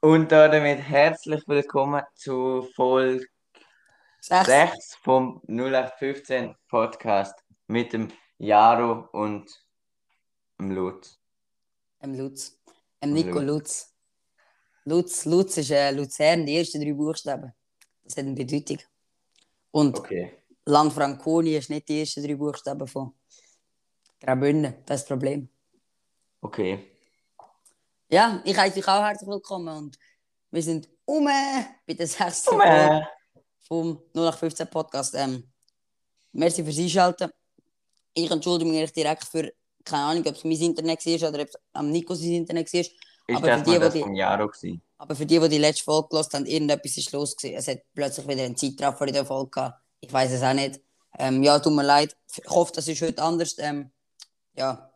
Und damit herzlich willkommen zu Folge Sechs. 6 vom 0815 Podcast mit dem Jaro und dem Lutz. Ähm Lutz. Ähm Am Nico Lutz. Lutz, Lutz ist äh, Luzern, die ersten drei Buchstaben. Das hat eine Bedeutung. Und Okay. Lanfranconi ist nicht die ersten drei Buchstaben von Graubünden. Das ist das Problem. Okay. Ja, ich heiße dich auch herzlich willkommen und wir sind um bei der sechsten Folge Äh, vom 0815 Podcast. Ähm, merci fürs Einschalten. Ich entschuldige mich eigentlich direkt für, keine Ahnung, ob es mein Internet war oder ob es am Nico sein Internet war. Ist Aber das für die, mal wo das die- vom Jaro gewesen? Aber für die, die die letzte Folge gelost haben, irgendetwas ist los gewesen. Es hat plötzlich wieder einen Zeitraffer in der Folge gehabt. Ich weiß es auch nicht. Ähm, ja, tut mir leid. Ich hoffe, das ist heute anders. Ähm, ja,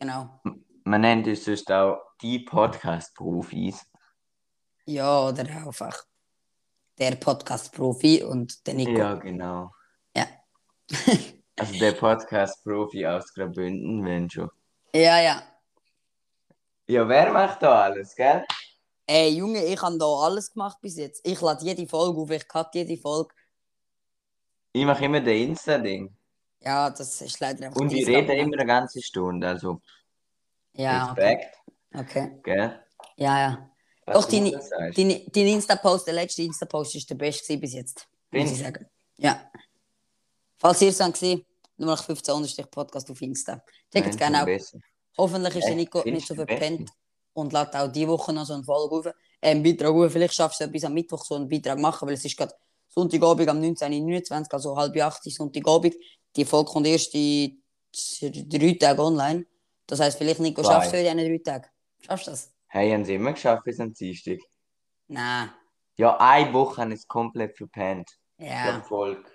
genau. Man nennt uns sonst auch die Podcast-Profis. Ja, oder auch einfach der Podcast-Profi und der Nico. Ja, genau. Ja. Also der Podcast-Profi aus Graubünden, wenn schon. ja, ja. Ja, wer macht da alles, gell? Ey, Junge, ich habe da alles gemacht bis jetzt. Ich lade jede Folge auf, ich cut jede Folge. Ich mache immer den Insta-Ding. Ja, das ist leider einfach Und ich dein rede Problem. immer eine ganze Stunde, also Ja, okay. Respekt, okay. gell? Ja, ja. Was Doch, du deine- da sagst. Dein, dein Insta-Post, der letzte Insta-Post, ist der beste gewesen bis jetzt. muss ich Bin- sagen. Ja. Falls ihr es dann gesehen nur nach 15 Unterstrich Podcast auf Insta. Checkt Nein, es gerne schon auch. besser. Hoffentlich ist der Echt, Nico Äh, findest nicht so du den verpennt und lädt auch diese Woche noch so einen Folge rauf. Ähm, Beitrag rauf. Vielleicht schaffst du es bis am Mittwoch so einen Beitrag machen, weil es ist gerade Sonntagabend am 19.29 also halb acht ist Sonntagabend. Die Folge kommt erst in z- drei Tagen online. Das heisst, vielleicht, Nico, Zwei. schaffst du in diesen drei Tagen. Schaffst du das? Hey, haben sie immer geschafft bis am Dienstag. Nein. Ja, eine Woche habe ich es komplett verpennt. Ja. Ja, Folge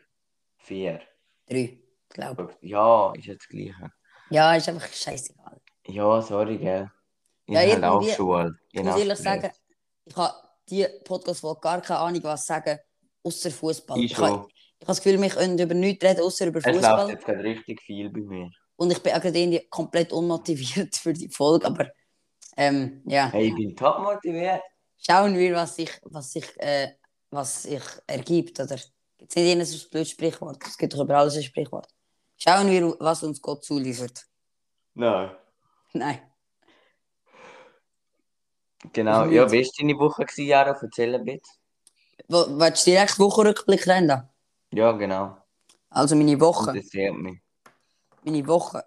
4. drei, glaube Ja, ist ja das Gleiche. ich. Ja, ist einfach scheißegal. Ja, sorry, gell? Ich Ja, habe irgendwie- Laufschule. Ich muss ehrlich sagen, ich habe die Podcast-Folge gar keine Ahnung, was sagen, außer Fußball. ich Ich, habe schon. ich habe das Gefühl, wir können über nichts reden, außer über Es läuft Fußball. jetzt gerade richtig viel bei mir. Und ich bin auch gerade irgendwie komplett unmotiviert für die Folge, aber ähm, ja. Hey, ich bin top motiviert. Schauen wir, was sich, was sich, äh, was sich ergibt. Oder gibt es nicht irgendein so blödes Sprichwort? Es gibt doch über alles ein Sprichwort. Schauen wir, was uns Gott zuliefert. Nein. Nein. Genau, Ich ja, muss- wie war deine Woche, gewesen, Jaro? Erzähl ein bisschen. Wo- Willst du direkt Wochenrückblick rennen? Ja, genau. Also meine Woche. Interessiert mich. meine Woche.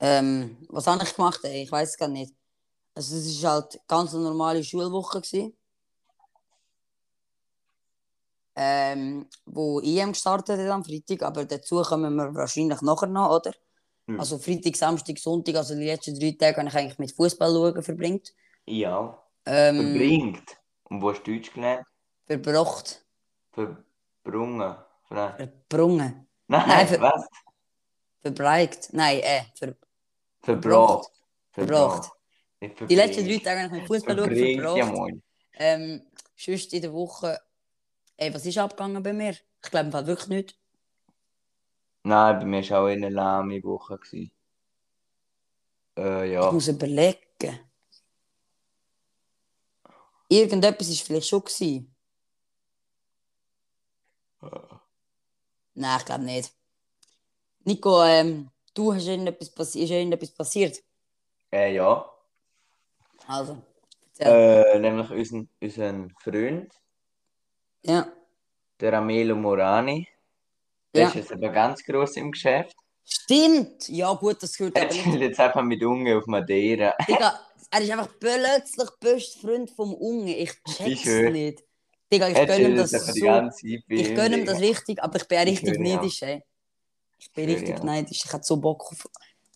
Ähm, was habe ich gemacht? Ey? Ich weiß es gar nicht. Also es war halt ganz eine normale Schulwoche. Gewesen, ähm, wo IM gestartet hat am Freitag, aber dazu kommen wir wahrscheinlich nachher noch, oder? Hm. Also Freitag, Samstag, Sonntag, also die letzten drei Tage habe ich eigentlich mit Fußball schauen verbringt. Ja. Ähm, Verbringt. Und wo hast du Deutsch gelernt? verbracht, Verbrungen. Ver- verbrungen, Nein, Nein, ver- was? verbreikt, nein, äh, ver Verbracht. verbracht. Nicht Die letzten drei verbringt. Tage habe ich mit Fußball schauen Verbringt, ja verbracht. moin. Ähm, sonst in der Woche. Ey, was ist abgegangen bei mir? Ich glaube im Fall wirklich nicht. Nein, bei mir war auch eher eine lahme Woche. gewesen. Äh, ja. Ich muss überlegen. Irgendetwas war vielleicht schon. Gewesen. Nein, ich glaube nicht. Nico, ähm, du hast irgendetwas, passi ist irgendetwas passiert. Äh, ja. Also, erzähl. Äh, nämlich unseren, unseren Freund, ja, der Amelo Morani. Der ja. ist jetzt aber ganz groß im Geschäft. Stimmt! Ja, gut, das gehört Er aber nicht. spielt jetzt einfach mit Unge auf Madeira. Digga, er ist einfach plötzlich bester Freund vom Unge. Ich Wie check's schön. nicht. Digga, ich Er gönne ihm chillt das jetzt einfach die so. ganze Zeit bei Ich ihm, gönne ihm Digga. das richtig, aber ich bin auch Ich richtig gönne ihm auch. neidisch, ey. Ich bin Ich gönne richtig ihm. neidisch. Ich hatte so Bock auf.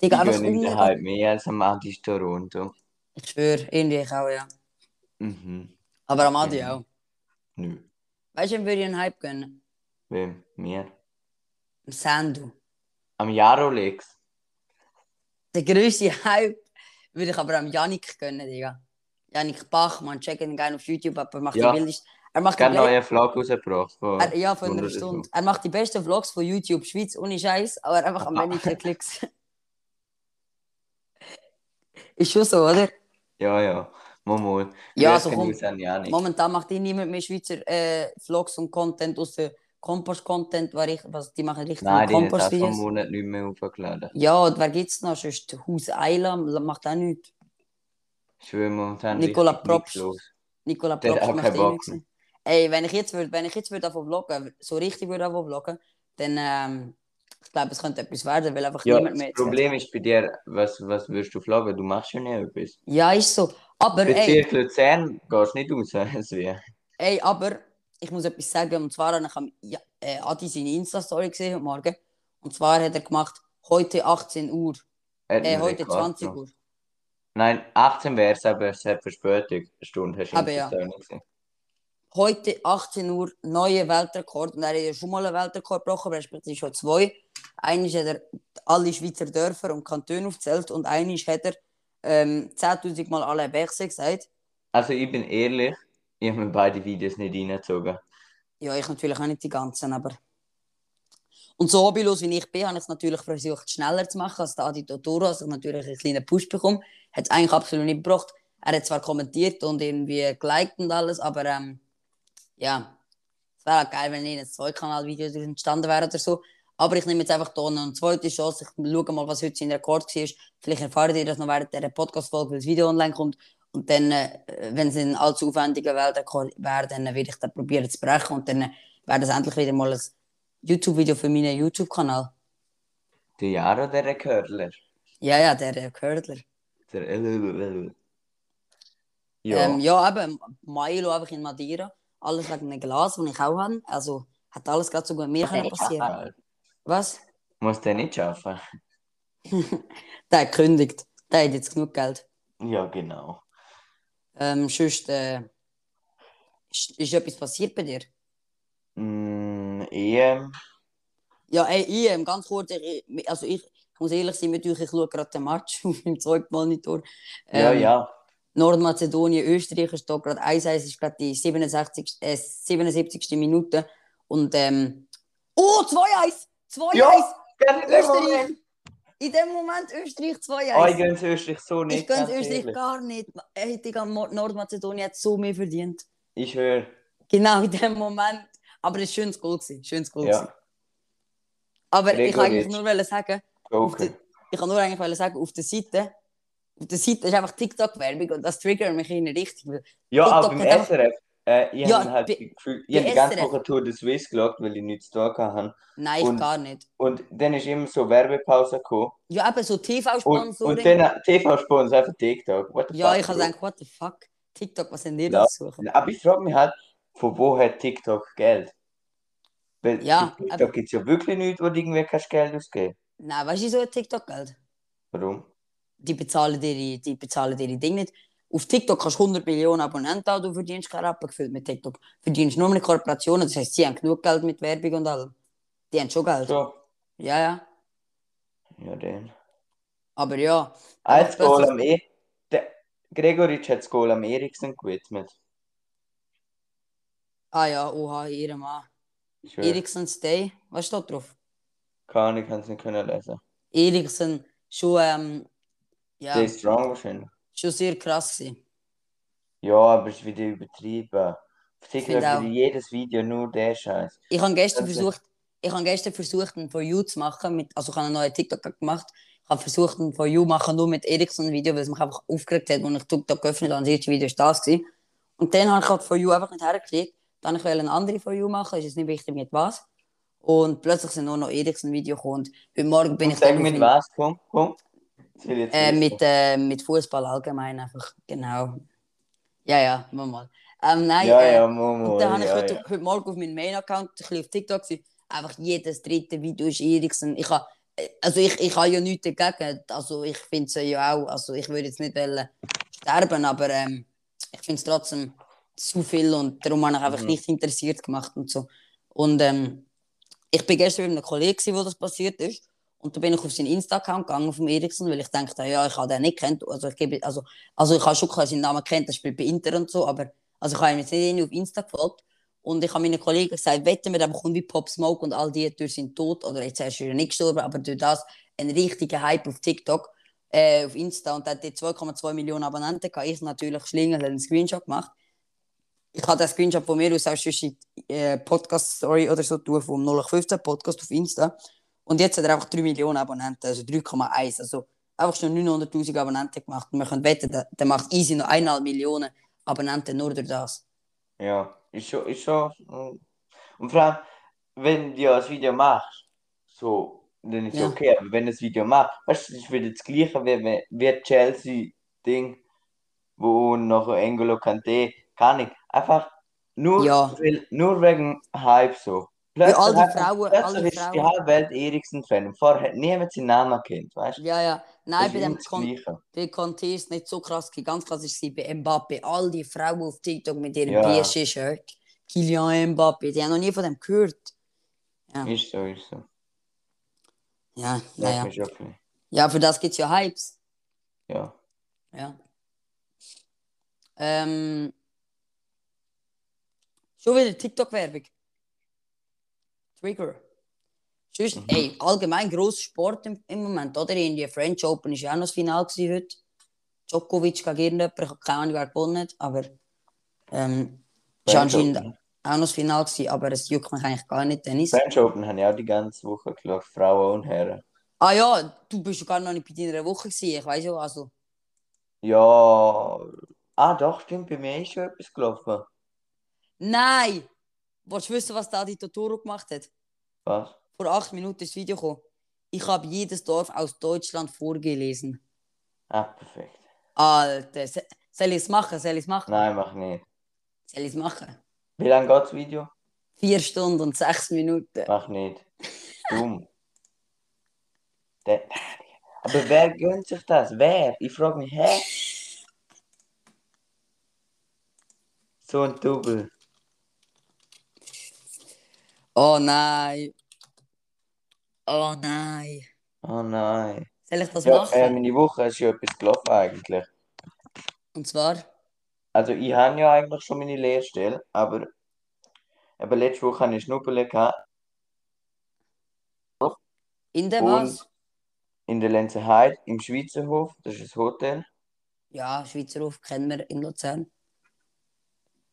Digga, Ich einfach gönne ihm Ungarn. daheim mehr als am Adis Toronto. Ich schwöre, irgendwie ich auch, ja. Mhm. Aber am Adi Ja. auch. Nö. Weißt du, wem würde ich einen Hype gönnen? Wem? Mir. Dem Sandu. Am Jarolex. Der größte Hype würde ich aber am Yannick gönnen, Digga. Yannick Bachmann, check ihn gerne auf YouTube ab. Er macht Ja. nou die wildesten. Er macht die Gerade be- neue Vlog rausgebracht. Von... er, ja, von einer Wunderbar. Stunde. Er macht die besten Vlogs von YouTube, Schweiz, ohne Scheiß, aber einfach am wenigsten Klicks. Ist schon so, oder? Ja, ja. Momol. Ja, also komm. kommt. Ja, nicht. Momentan macht eh niemand mehr Schweizer äh, Vlogs und Content, außer Kompass-Content, weil ich, was, die machen richtig Nein, die haben das vor einem Kompass-Videos. Monat nicht mehr hochgeladen. Ja, nou? und wer gibt's noch? Sonst Haus Eila macht auch nichts. Schwimmen momentan Nicola richtig nichts Probst. los. Nicola Der hat Probst auch macht eh keinen Bock nichts. Ey, wenn ich jetzt würde, wenn ich jetzt würde davon vloggen, so richtig würde davon vloggen, dann, ähm, ich glaube, es könnte etwas werden, weil einfach Ja, niemand mehr das jetzt- Problem ist bei dir, was, was wirst du flaggen? Du machst ja nicht etwas. Ja, ist so. Aber, ey, Bezirk Luzern gehst nicht raus. Also, ja. ey, aber, ich muss etwas sagen, und zwar habe ich am, ja, äh, Adi seine Insta-Story gesehen heute Morgen. Und zwar hat er gemacht, heute 18 Uhr, Er hat äh, einen heute Rekord 20 gemacht. Uhr. Nein, 18 wäre es, aber es hat Verspätung. Eine Stunde hast du also. Aber ja. Insta-Story gesehen. Heute 18 Uhr neuer Weltrekord. Und er hat ja schon mal einen Weltrekord gebrochen, aber respektive schon zwei. Einmal hat er alle Schweizer Dörfer und Kantone aufgezählt und einmal hat er ähm, 10.000 Mal alle Berse gesagt. Also ich bin ehrlich, ich habe mir beide Videos nicht reingezogen. Ja, ich natürlich auch nicht die ganzen, aber... Und so hobbylos wie ich bin, habe ich es natürlich versucht, schneller zu machen als der Adi Totoro, als ich natürlich einen kleinen Push bekomme. Hat es eigentlich absolut nicht gebracht. Er hat zwar kommentiert und irgendwie geliked und alles, aber ähm, ja, es wäre halt geil, wenn nicht ein Zwei-Kanal-Video daraus entstanden wäre oder so. Aber ich nehme jetzt einfach hier noch eine zweite Chance. Ich schaue mal, was heute sein Rekord war. Vielleicht erfahrt ihr das noch während der Podcast-Folge, weil das Video online kommt. Und dann, äh, wenn es ein allzu aufwendiger Weltrekord wäre, dann äh, werde ich das probieren zu brechen. Und dann äh, wäre das endlich wieder mal ein YouTube-Video für meinen YouTube-Kanal. Der Jaro, der Rekordler. Ja, ja, der äh, Kördler. Der LLLL. Ja, Ähm, ja, eben, Milo einfach in Madeira. Alles wegen einem Glas, das ich auch habe. Also hat alles gerade so gut mir können passieren ja. Was? muss der nicht schaffen. Der hat gekündigt. Der hat jetzt genug Geld. Ja, genau. Ähm, sonst, äh, ist, ist etwas passiert bei dir? Mm, EM, Ja, ey, EM, ganz kurz, ich, ich- also ich, ich muss ehrlich sein mit euch, ich schaue gerade den Match auf meinem zweiten Monitor. ja, Ähm, ja. Nordmazedonien, Österreich ist da gerade 1-1, ist gerade die 67, äh, 77. Minute. Und ähm, oh, 2-1! 2-1! Ja, Gerade in dem Österreich! Moment. In dem Moment Österreich 2-1. Oh, ich gönn's Österreich so nicht. ich gönn's ganz Österreich ehrlich. gar nicht. Ey, Digga, Mo- Nordmazedonien hat so mehr verdient. Ich höre. Genau in dem Moment. Aber es war ein schönes Goal. Gewesen. Schönes Goal Ja. gewesen. Aber ich wollte eigentlich Gregoritsch. nur wollen sagen, auf Okay. der, ich wollte nur eigentlich wollen sagen, auf der Seite, auf der Seite ist einfach TikTok-Werbung und das triggert mich in eine Richtung. weil- Ja, TikTok aber beim hat einfach- SRF. Äh, ich Ja, habe halt bei- Gefühl, ich bei habe die ganze SRF. Woche Tour de Suisse geschaut, weil ich nichts da hatte. Nein, Und- ich gar nicht. Und dann ist immer so Werbepause gekommen. Ja, eben so Und, und TV-Sponsoring. dann TV-Sponsor einfach TikTok. What the Ja, fuck, ich habe bro? gedacht, what the fuck? TikTok, was sind die Ja. das suchen? Aber ich frage mich halt, von wo hat TikTok Geld? Weil Ja, bei aber- TikTok gibt es ja wirklich nichts, wo du irgendwie kannst Geld ausgeben Nein, weißt du, so ein TikTok-Geld? Warum? Die bezahlen ihre, die bezahlen ihre Dinge nicht. Auf TikTok kannst du 100 Millionen Abonnenten haben, du verdienst keine Rappen gefüllt mit TikTok. Verdienst nur mit Kooperationen, das heisst, sie haben genug Geld mit Werbung und allem. Die haben schon Geld. So. Ja, ja. Ja, dann. Aber ja. Aber Als ich weiß Goal nicht- am E. Der Gregoritsch hat das Goal am Eriksen gewidmet. Ah ja, oha, ihre Mann. Ich schwöre. Eriksen Stay, was steht drauf? Keine Ahnung, ich kann es nicht können lesen. Eriksen, schon, ähm, ja, Der ist strong wahrscheinlich. schon sehr krass gewesen. Ja, aber es ist wieder übertrieben. Auf TikTok find auch. wieder jedes Video nur der Scheiß. Ich habe gestern Also- versucht, ich habe gestern versucht, einen For You zu machen, mit, also ich habe einen neuen TikTok gemacht. Ich habe versucht, einen For You zu machen, nur mit Ericsson-Video, weil es mich einfach aufgeregt hat, als ich TikTok geöffnet habe. Und das erste Video war das. Gewesen. Und dann habe ich halt For You einfach nicht hergekriegt. Dann wollte ich einen anderen For You machen, ist jetzt nicht wichtig mit was. Und plötzlich sind nur noch Ericsson-Videos gekommen. Und heute Morgen bin Und ich sag auf mit mein- was? Komm, komm. Das will ich jetzt äh, wissen. mit, äh, mit Fußball allgemein einfach, genau. nou, Ja, ja, mal mal. Ähm, nein, ja, äh, ja, Momo. Und dann habe ich Ja, heute, ja. heute Morgen auf meinem Main-Account, ein bisschen auf TikTok, gewesen, einfach jedes dritte Video ist Eriksen. Ich habe, also ich, ich habe ja nichts dagegen. Also ich finde es ja auch, also ich würde jetzt nicht wollen sterben, aber ähm, ich finde es trotzdem zu viel und darum habe ich einfach Mhm. nicht interessiert gemacht und so. Und ähm, ich bin gestern mit einem Kollegen, gewesen, wo das passiert ist. Und da bin ich auf seinen Insta-Account gegangen, vom Eriksen, weil ich dachte, ja, ich habe den nicht kennt. Also ich, gebe, also, also ich habe schon klar seinen Namen kennt, er spielt bei Inter und so, aber also ich habe ihm jetzt nicht irgendwie auf Insta gefolgt. Und ich habe meinen Kollegen gesagt, wetten wir, der bekommt wie Pop Smoke und all die durch sind tot. Oder jetzt ist er ja nicht gestorben, aber durch das ein richtiger Hype auf TikTok. äh, auf Insta und hat dort 2,2 Millionen Abonnenten gehabt. Ich natürlich schlingel, einen Screenshot gemacht. Ich habe den Screenshot von mir aus auch schon in die, äh, Podcast-Story oder so tun, vom 0815 Podcast auf Insta. Und jetzt hat er einfach 3 Millionen Abonnenten, also 3,1. Also einfach schon 900.000 Abonnenten gemacht. Und wir können wetten, der, der macht easy noch 1,5 Millionen Abonnenten nur durch das. Ja, ist schon, ist schon. äh, Und vor allem, wenn du ja ein Video machst, so, dann ist es Ja. okay. Aber wenn du ein Video machst, weißt du, es wird das gleiche wie, wie- wie Chelsea-Ding, wo nachher Angolo Kante, kann ich. Einfach nur, Ja. weil, nur wegen Hype so. Ja, all die hat- Frauen, all plötzlich die ist die Frauen. halbe Welt Eriksen-Fan. Und Vorher hat niemand seinen Namen kennt, weißt du? Ja, ja. Das Nein, ist bei immer dem das Kon Gleiche. bei Conte ist es nicht so krass. gewesen. Ganz krass war es bei Mbappe. All die Frauen auf TikTok mit ihrem Ja. PSG-Shirt. Kylian Mbappe, die haben noch nie von dem gehört. Ja. Ist so, ist so. Ja, Ja, ja, ja. ist okay. ja für das gibt es ja Hypes. Ja. Ja. Ähm, schon wieder TikTok-Werbung. Trigger. Sonst, Mhm. ey, allgemein grosser Sport im, im Moment, oder? In die French Open war ja auch noch das Finale gewesen heute. Djokovic gegen irgendjemand, ich habe keine Ahnung, wer gewonnen hat, aber ähm, ist French anscheinend auch Open. noch das Finale gewesen, aber es juckt mich eigentlich gar nicht, Tennis. French Open habe ich auch die ganze Woche geschaut, Frauen und Herren. Ah ja, du bist ja gar noch nicht bei deiner Woche gewesen, ich weiß ja, also... Ja. Ah, doch, stimmt, bei mir ist schon etwas gelaufen. Nein! Willst du wissen, was da die Totoro gemacht hat? Was? vor acht Minuten ist das Video gekommen. Ich habe jedes Dorf aus Deutschland vorgelesen. Ah, perfekt. Alter, se- soll ich es machen? Soll ich es machen? Nein, mach nicht. Soll ich es machen? Wie lange geht das Video? Vier Stunden und sechs Minuten. Mach nicht. Dumm. Der- Aber wer gönnt sich das? Wer? Ich frage mich, hä? So ein Double. Oh nein. Oh nein. Oh nein. Soll ich das Ja, machen? äh, meine Woche ist ja etwas gelaufen eigentlich. Und zwar? Also ich habe ja eigentlich schon meine Lehrstelle, aber, aber letzte Woche hatte ich Schnuppele gehabt In der Und- was? in der Lenze Heide im Schweizerhof, das ist ein Hotel. Ja, Schweizer Hof kennen wir in Luzern.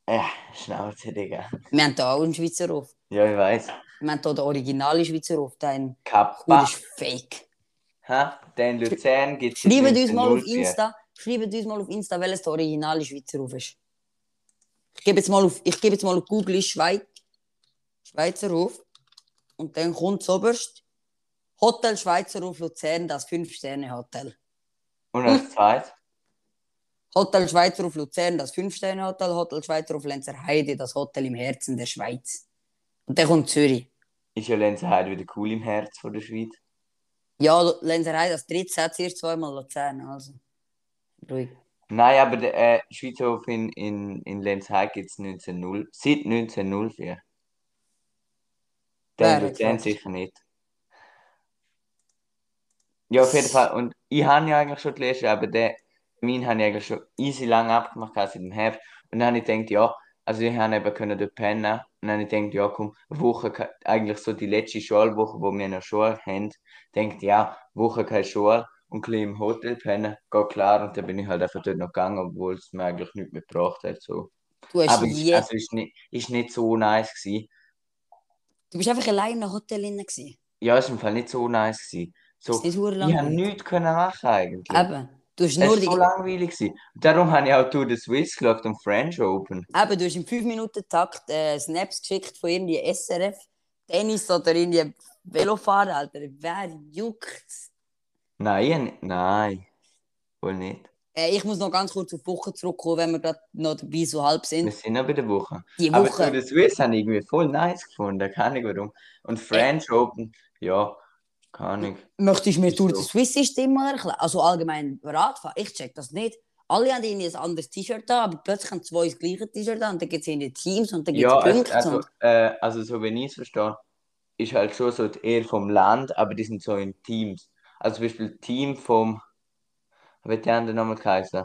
Äh, Schnauze, Digga. Wir haben da auch einen Schweizer Hof. Ja, ich weiß. Wir haben da den originalen Schweizer Hof. Dein Hut Kappa. ist fake. Ha? Dann in Luzern gibt es. Schreibt uns mal auf Insta, schreibt uns mal auf Insta, welches der originale Schweizer Hof ist. Ich gebe jetzt mal auf, ich gebe jetzt mal auf Google Schweiz, Schweizer Hof und dann kommt zuoberst Hotel Schweizer Hof Luzern, das 5-Sterne-Hotel. Und als zweites? Hotel Schweizer Hof Luzern, das 5-Sterne-Hotel. Hotel Schweizer Hof Lenzer Heide, das Hotel im Herzen der Schweiz. Und dann kommt Zürich. Ist ja Lenze Heide wieder cool im Herz von der Schweiz. Ja, Lu- Lenzer Heide, das dritte Satz, hier zweimal Luzern, also. Ruhig. Nein, aber der äh, Schweizerhof in, in, in Lenz Heide gibt es 19.0 seit 1904. Wer Der hat in Luzern gesagt? sicher nicht. Ja, auf jeden Fall. Und ich habe ja eigentlich schon die Lehre, aber der Termin habe ich eigentlich schon easy lang abgemacht, also seit dem Herbst. Und dann habe ich gedacht, ja, also ich habe eben können dort pennen. Und dann habe ich gedacht, ja komm, eine Woche, ke- eigentlich so die letzte Schulwoche, wo wir noch Schule haben, denkt ja, eine Woche keine Schule und ein bisschen im Hotel pennen, geht klar. Und dann bin ich halt einfach dort noch gegangen, obwohl es mir eigentlich nichts mehr gebracht hat. So. Du, hast Aber je, es also ist nicht, ist nicht so nice gewesen. du bist einfach allein in Dus einem Hotel drin. gewesen. Ja, ist im Fall nicht so nice gewesen. Das ist So, nicht hure ich habe langweilig. nichts können machen eigentlich. Eben, du hast Es nur war Dus die, so langweilig. Gewesen. Darum habe ich auch Tour de Suisse geschaut und French Open. eben, du hast im 5-Minuten-Takt äh, Snaps geschickt von irgendwie SRF, Tennis oder irgendwie Velofahren, Alter. Wer juckt's? Nein, ich hab- nein. Wohl nicht. Äh, ich muss noch ganz kurz auf die Woche zurückkommen, wenn wir gerade noch dabei so halb Wir sind. sind noch bei der Woche. Die Aber Tour Woche, de Suisse habe ich irgendwie voll nice gefunden. Keine Ahnung warum. Und French Open, ja, keine Ahnung. möchtest du mir Ist durch so. die Swiss-System mal erklären? Also allgemein Radfahren, ich check das nicht. Alle haben irgendwie ein anderes T-Shirt an, aber plötzlich haben zwei das gleiche T-Shirt an. Und dann gibt es irgendwie Teams und dann gibt es Ja, Punkte. also, also, und... äh, also so wie ich es verstehe, ist halt schon so die Ehre vom Land, aber die sind so in Teams. Also zum Beispiel Team vom, wie hat der andere nochmal geheißen?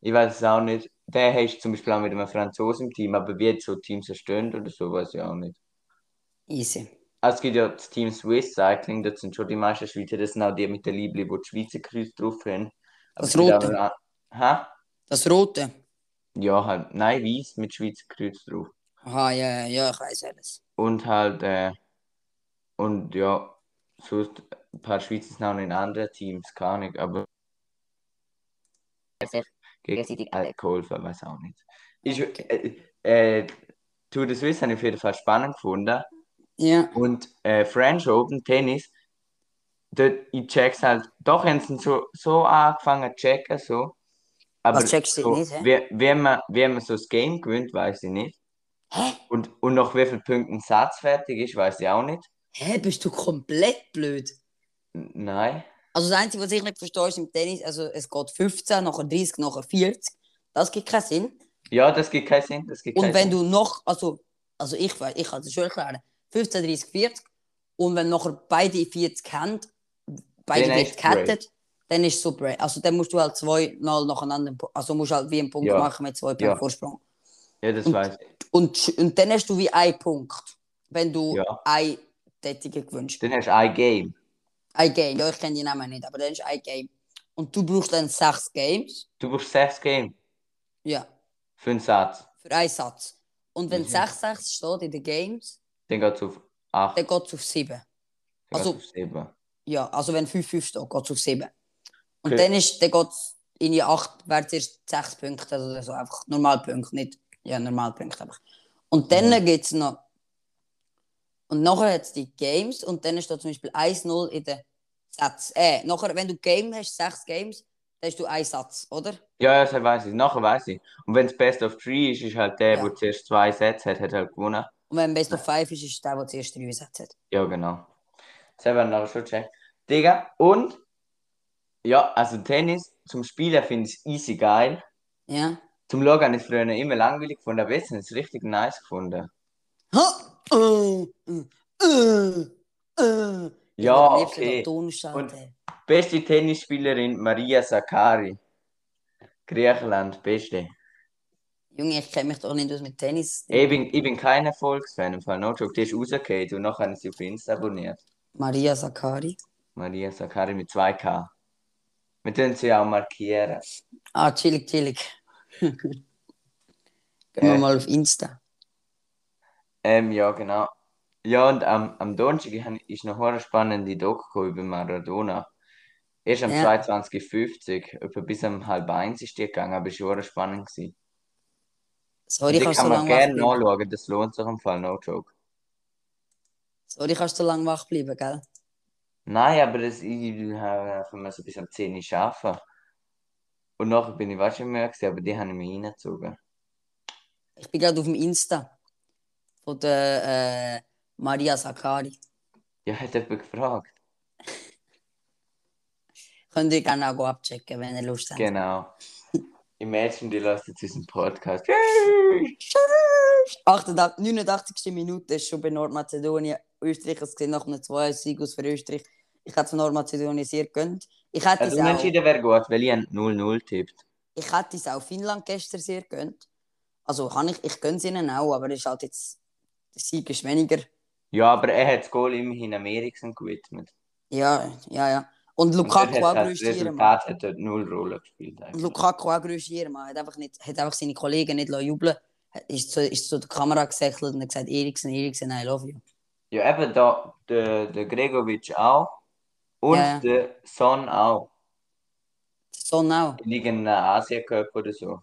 Ich weiß es auch nicht. Der hast du zum Beispiel auch mit einem Franzosen im Team, aber wie jetzt so Teams entstehen oder so, weiß ich auch nicht. Easy. Also es gibt ja das Team Swiss Cycling, dort sind schon die meisten Schweizer, das sind auch die mit den Liebling, wo die Schweizer Kreuz drauf haben. Aber Das es gibt auch Rote. noch- Hä? Das Rote. Ja, halt, nein, weiß mit Schweizer Kreuz drauf. Aha, ja, ja, ja, ich weiß alles. Und halt, äh, und ja, sonst ein paar Schweizer sind auch noch in anderen Teams, keine Ahnung, aber Sehr gegenseitig äh, geholfen, weiß auch nicht. Ist, äh, äh, Tour de Suisse habe ich auf jeden Fall spannend gefunden. Ja, Und äh, French Open Tennis, dort, ich check's halt, doch haben sie so, so angefangen zu checken, so. Aber Was checkst du so, nicht, hä? wer, wer, man, wer man so das Game gewinnt, weiß ich nicht. Hä? Und, und nach wie vielen Punkten Satz fertig ist, weiß ich auch nicht. Hä, bist du komplett blöd? N- Nein. Also das Einzige, was ich nicht verstehe, ist im Tennis, also es geht 15, nachher 30, nachher 40. Das gibt keinen Sinn. Ja, das gibt keinen Sinn. Das gibt Und keinen wenn Sinn. du noch, also, also ich, weiß- ich kann es schon erklären, 15, 30, 40. Und wenn nachher beide 40 haben, beide Dann 40 ist Break. hätten, dann ist es so break. Also dann musst du halt zwei Mal nacheinander, also musst halt wie einen Punkt Ja. machen mit zwei Punkten Ja. Vorsprung. Ja, das und- weiß ich. Und, sch- und dann hast du wie einen Punkt, wenn du Ja. ein Tätige gewünscht. Dann hast du ein Game. Ein Game, ja, ich kenne die Namen nicht, aber dann ist ein Game. Und du brauchst dann sechs Games, Du brauchst sechs Game ja, für einen Satz. für einen Satz. Und wenn Mhm. 6-6 steht in den Games, Dann geht's auf acht. dann Dann geht es auf 7. geht's also- auf sieben. Ja, also wenn 5-5 steht, geht es auf 7. Und Okay. dann, ist- dann geht es in die 8, wären es erst 6 Punkte oder so, einfach Normalpunkte, nicht, ja, Normalpunkte einfach. Und dann Mhm. gibt es noch, und nachher hat es die Games und dann steht zum Beispiel 1-0 in den Satz. Äh, nachher, wenn du Game hast, 6 Games, dann hast du einen Satz, oder? Ja, ja, das weiß ich. Nachher weiß ich. Und wenn es Best of Three ist, ist halt der, Ja. der zuerst zwei Sätze hat, hat halt gewonnen. Und wenn Best of 5 ist, ist der, der zuerst 3 Sätze hat. Ja, genau. Das haben wir nachher schon gecheckt. Digga, und ja, also Tennis zum Spielen finde ich easy geil. Ja? Zum Schauen habe ich es früher immer langweilig gefunden, aber jetzt habe ich es richtig nice gefunden. Ha! Äh, äh, äh, äh. Ich Ja, würde am liebsten okay. da Ton stellen, Und- ey. Beste Tennisspielerin Maria Sakkari. Griechenland, beste. Junge, ich kenne mich doch nicht aus mit Tennis. Ich bin, ich bin kein Erfolgsfan, im Fall no joke. Die ist rausgefallen und nachher habe ich sie auf Insta abonniert. Maria Sakkari. Maria Sakkari mit 2K. Wir können sie auch markieren. Ah, chillig, chillig. Gehen wir Äh. mal auf Insta. Ähm, ja, genau. Ja, und am, am Donnerstag han- ist noch eine spannende Doku gekommen über Maradona. Erst am Ja. 22.50 Uhr, etwa bis um halb eins ist die gegangen, aber es war schon spannend. Gewesen. Sorry, Die kannst du kann so man lange gerne wach bleiben. nachschauen, das lohnt sich im Fall, no joke. Sorry, kannst du so lange wach bleiben, gell? Nein, aber das, ich ich habe einfach so bis um 10 Uhr arbeiten. Und nachher bin ich was schon mehr gewesen, aber die haben mich reingezogen. Ich bin gerade auf dem Insta von der äh, Maria Sakkari. Ja, hat jemand gefragt. Könnt ihr gerne auch abchecken, wenn ihr Lust habt. Genau. Imagine, die lässt jetzt unseren Podcast. 88, 89. Minute ist schon bei Nordmazedonien. Österreich hat es gesehen nach einem 2-Sieg aus für Österreich. Ich hätte es Nordmazedonien sehr gönnt. Ich hätte Also, es auch, unentschieden wäre gut, weil ich ein 0-0 tippt. ich hätte es auch Finnland gestern sehr gönnt. Also kann ich, ich gönne es ihnen auch, aber es ist halt jetzt, der Sieg ist weniger. Ja, aber er hat das Goal immerhin am Eriksen gewidmet. Ja, ja, ja. Und Und dort Lukaku hat auch das grösst Ehrenmann. Resultat hat dort null Rolle gespielt. Und Eigentlich. Lukaku auch grösst Ehrenmann. Hat einfach, nicht, hat einfach seine Kollegen nicht jubeln lassen. Ist zu, ist zu der Kamera gesächelt und hat gesagt, Eriksen, Eriksen, I love you. Ja, eben da, der, der Gregovic auch und Ja. der Son auch. So now. Die liegen in einem Asien-Cup oder so.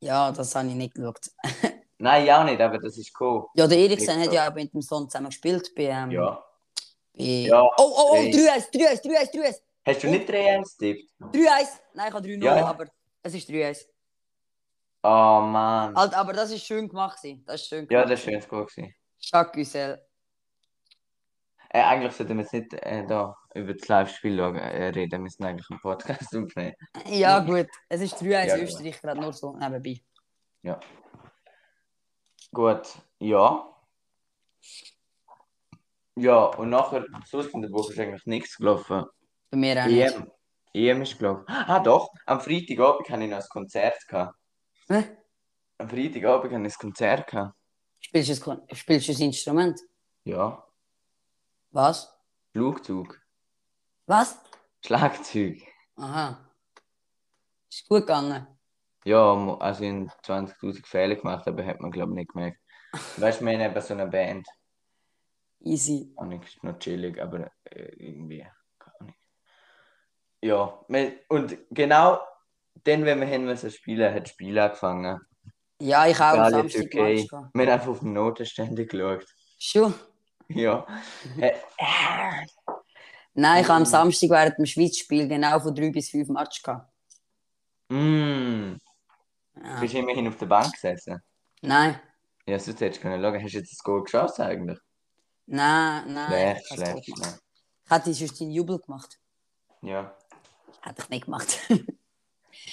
Ja, das habe ich nicht geschaut. Nein, ja auch nicht, aber das ist cool. Ja, der Eriksen Nicht hat ja auch mit dem Sohn zusammen gespielt. Bei, ähm, Ja. bei... Ja. Oh, oh, oh, Ey. 3-1, 3-1, 3-1, 3-1. Hast du nicht 3-1 tippt? 3-1. Nein, ich habe 3-0, Ja, ja. aber es ist 3-1. Oh Mann. Alt, aber das ist schön gemacht. gewesen. Das ist schön Ja, gemacht. das war schönes Goal. gewesen. Jacques Güssel. Äh, eigentlich sollten wir jetzt nicht äh, da über das Live-Spiel schauen, äh, reden, wir müssen eigentlich einen Podcast aufnehmen. Ja, gut. Es ist 3-1 Ja, ja. Österreich, gerade nur so nebenbei. Gut, ja. Ja, und nachher, sonst in der Woche ist eigentlich nichts gelaufen. E Bei mir auch nicht. EM. EM ist gelaufen. Ah doch, am Freitagabend hatte ich noch ein Konzert. Gehabt. Hä? Am Freitagabend hatte ich ein Konzert. Gehabt. Spielst du ein Kon- spielst du ein Instrument? Ja. Was? Flugzeug. Was? Schlagzeug. Aha. Ist gut gegangen. Ja, mo- also ich habe 20.000 Fehler gemacht, aber hat man, glaube ich, nicht gemerkt. Weißt du, wir haben eben so eine Band. Easy. Auch nicht noch chillig, aber äh, irgendwie. Gar nicht. Ja, wir- und genau dann, wenn wir hin müssen spielen, hat das Spiel angefangen. Ja, ich auch am Italien, Samstag Türkei. Match gehabt. Wir haben einfach auf den Notenständer geschaut. Schon? Ja. Äh, äh, Nein, ich habe am Mhm. Samstag während dem Schweizspiel genau von 3 bis 5 Match gehabt. mm, Ja. bist du immerhin auf der Bank gesessen? Nein, Ja, sonst hättest du können schauen. Hast du jetzt das Goal geschossen eigentlich? nein, nein. Schlecht, ich hab's schlecht, gut gemacht. schlecht. Ich hätte sonst den Jubel gemacht. Ja. Hätte ich nicht gemacht.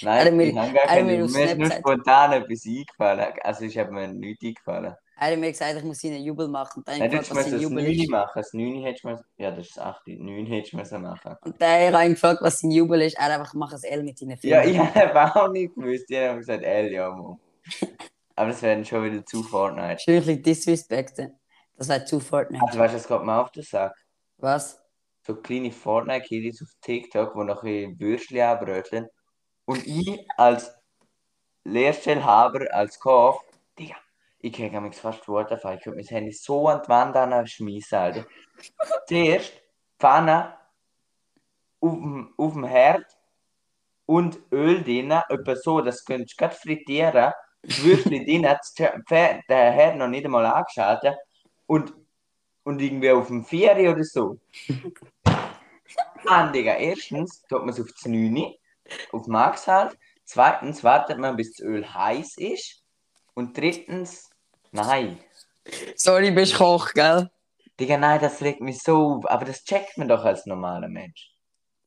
Er hat Nein, Also mir- ich habe gar er hat mir keine. auf Mir ist Snap nur gesagt. spontan etwas eingefallen. Also, ich habe mir nichts eingefallen. Er hat mir gesagt, ich muss ihnen Jubel machen. Und dann Nein, habe du ich hättest gefragt, was müssen sein das Jubel 9 ist. machen. Das 9 hättest du müssen. Ja, das ist das 8. 9 hättest du müssen machen. Und dann habe ich ihn gefragt, was sein Jubel ist. Er hat einfach, mach ein L mit deinen Ja, Fingern. ich habe auch nicht gewusst. Die haben gesagt, ey, ja, Mo. Aber das wäre dann schon wieder zu Fortnite. Schön ein bisschen disrespekten. Das wäre zu Fortnite. Also, weißt du, es kommt mir auf den Sack. Was? so kleine Fortnite-Kiddies auf TikTok, die noch ein Würstchen anbröteln. Und ich als Lehrstellhaber, als Koch, Digga, ich kriege mich fast die Worte auf. Ich könnte mein Handy so an die Wand schmeißen, Alter. Zuerst Pfanne auf dem, auf dem Herd und Öl drin, etwa so, das könntest du grad frittieren. Das Würstchen drin, das Tö- Pfe- der Herd noch nicht einmal angeschaltet und, und irgendwie auf dem Vieri oder so. Mann, Digga, erstens tut man es auf das 9, auf Max halt. Zweitens wartet man, bis das Öl heiß ist. Und drittens, nein. Sorry, bist du Koch, gell? Digga, nein, das regt mich so auf. Aber das checkt man doch als normaler Mensch.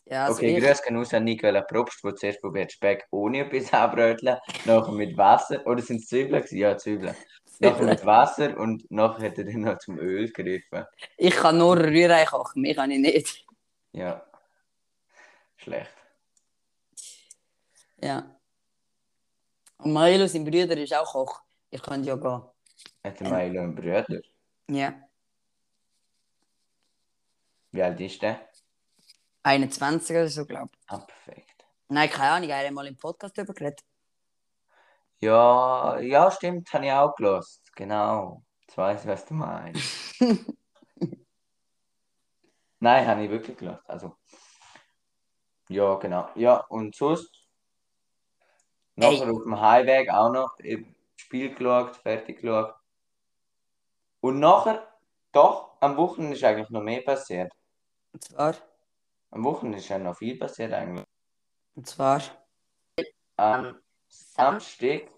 Ja, also okay, ich- grüß gehen raus an Nicola Probst, der zuerst probiert Speck ohne etwas anbröteln, nachher mit Wasser, oder sind es Zwiebeln? gewesen? Ja, Zwiebeln. Nachher mit Wasser und nachher hat er dann noch zum Öl gegriffen. ich kann nur Rührei kochen, mehr kann ich nicht. Ja. Schlecht. Ja. Und Milo, sein Bruder, ist auch Koch. Ich könnte ja gehen. Hat der Milo einen Bruder? Ja. Wie alt ist der? 21 oder so, glaube ich. Ah, perfekt. Nein, keine Ahnung, er hat mal im Podcast darüber geredet. Ja, ja, stimmt, habe ich auch gelost. Genau. Jetzt weiß ich, was du meinst. Nein, habe ich wirklich gelost. Also, ja, genau. Ja, und sonst, nachher auf dem Highway auch noch im Spiel geschaut, fertig geschaut. Und nachher, doch, am Wochenende ist eigentlich noch mehr passiert. Und zwar, Am Wochenende ist ja noch viel passiert eigentlich. und zwar, Am Samstag.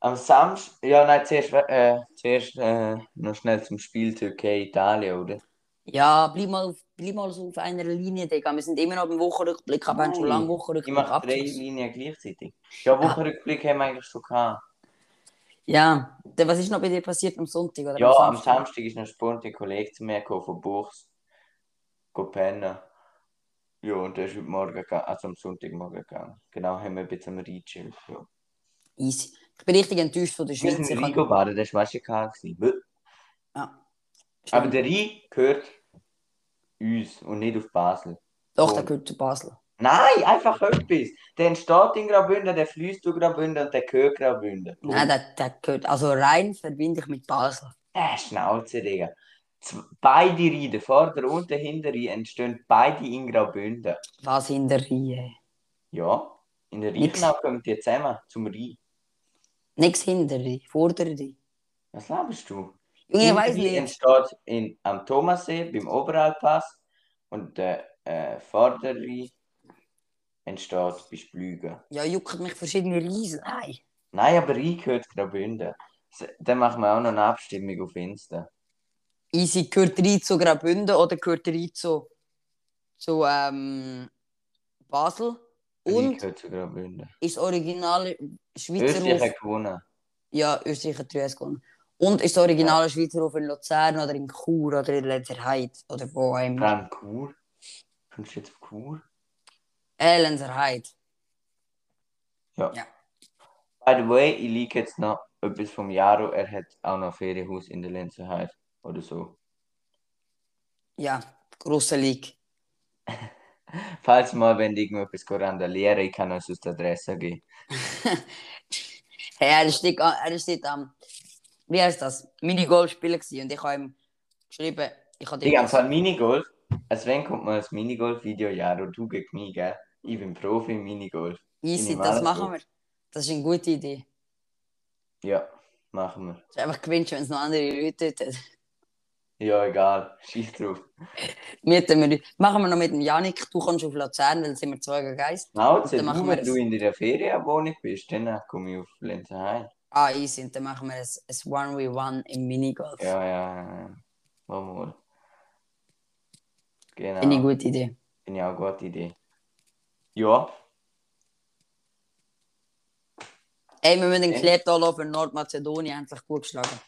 Am Samstag. Ja, nein, zuerst, äh, zuerst äh, noch schnell zum Spiel Türkei-Italien, oder? ja, bleib mal, auf- bleib mal so auf einer Linie, Digga. Wir sind immer noch im Wochenrückblick, aber haben schon Nein. lange Ich Wochenrückblick mache drei abgeschlossen. Linien gleichzeitig. Ja, Ah. Wochenrückblick haben wir eigentlich schon gehabt. Ja, dann was ist noch bei dir passiert am Sonntag oder Ja, am am Samstag? Samstag ist noch spontan ein Kollege zu mir gekommen von Buchs. Go pennen. Ja, und der ist heute Morgen gegangen, also am Sonntagmorgen gegangen. Genau, haben wir ein bisschen reingechillt. Ja. Easy. Ich bin richtig enttäuscht von der Wir Schweiz. sind Ich in hab- Rigo baden, das war schon kalt. gewesen. Ja. Aber der Rhein gehört uns und nicht auf Basel. Doch, der gehört zu Basel. Nein, einfach etwas. Der entsteht in Graubünden, der fließt durch Graubünden und der gehört Graubünden. Nein, der, der gehört. Also rein verbinde ich mit Basel. Äh, Schnauze, Digga. Z beide Reihen, der Vorder- und der Hintere, entstehen beide in Graubünden. Was in der Rie? Ja, in der Nix. Riechenau kommen die zusammen zum Rhein. Nichts hinter Rie, vordere Rie. Was glaubst du? Junge, ich weiß Hintere Rie nicht. entsteht in, am Thomassee, beim Oberalpass und der äh, Vorderrhein entsteht bei Splügen. Ja, juckt mich verschiedene Riesen. Nein. Nein, aber Rhein gehört Graubünden. S- Dann machen wir auch noch eine Abstimmung auf Insta. Easy, gehört Rie zu Graubünden oder gehört Rie zu, zu ähm, Basel? Rhein Und gehört zu Graubünden. ist das originale Schweizer Österreich Hof? hat gewonnen. Ja, Österreich hat 30 gewonnen. Und ist das originale Schweizer Hof in Luzern oder in Chur oder in Lenzerheide? Oder wo auch immer. Dann Kur. Kommst du jetzt auf Kur? Äh, Lenzerheide. By the way, ich liege jetzt noch etwas vom Jaro. Er hat auch noch ein Ferienhaus in der Lenzerheide oder so. Ja, grosse League. Falls mal, wenn du irgendetwas randalieren ich kann uns aus der Adresse gehen. Hey, er ist nicht, er ist nicht am, wie heißt das, Minigolf-Spieler gewesen. Und ich habe ihm geschrieben, ich habe Digga, am Fall Minigolf. Als wenn kommt mal das Minigolf-Video, ja, und du gegen mich, gell? Ich bin Profi im Minigolf. easy, bin im das Wahlkampf. machen wir. Das ist eine gute Idee. Ja, machen wir. Das ist einfach gewünscht, wenn es noch andere Leute dort hat. Ja, egal. Scheiß drauf. Mieten wir die- Machen wir noch mit dem Janik. Du kommst auf Luzern, weil sind wir zwei gegen eins. Nauze, Dann machen du, wir wenn du in der Ferienwohnung bist, dann komme ich auf Lenzerheim. Ah, easy. Und dann machen wir ein, ein 1v1 im Minigolf. Ja, ja, ja, ja. Komm mal. Genau. Eine gute Idee. Finde ich auch eine gute Idee. Ja, Ey, wir müssen den Ey. Klebt anlaufen. Nordmazedonien haben sich gut geschlagen.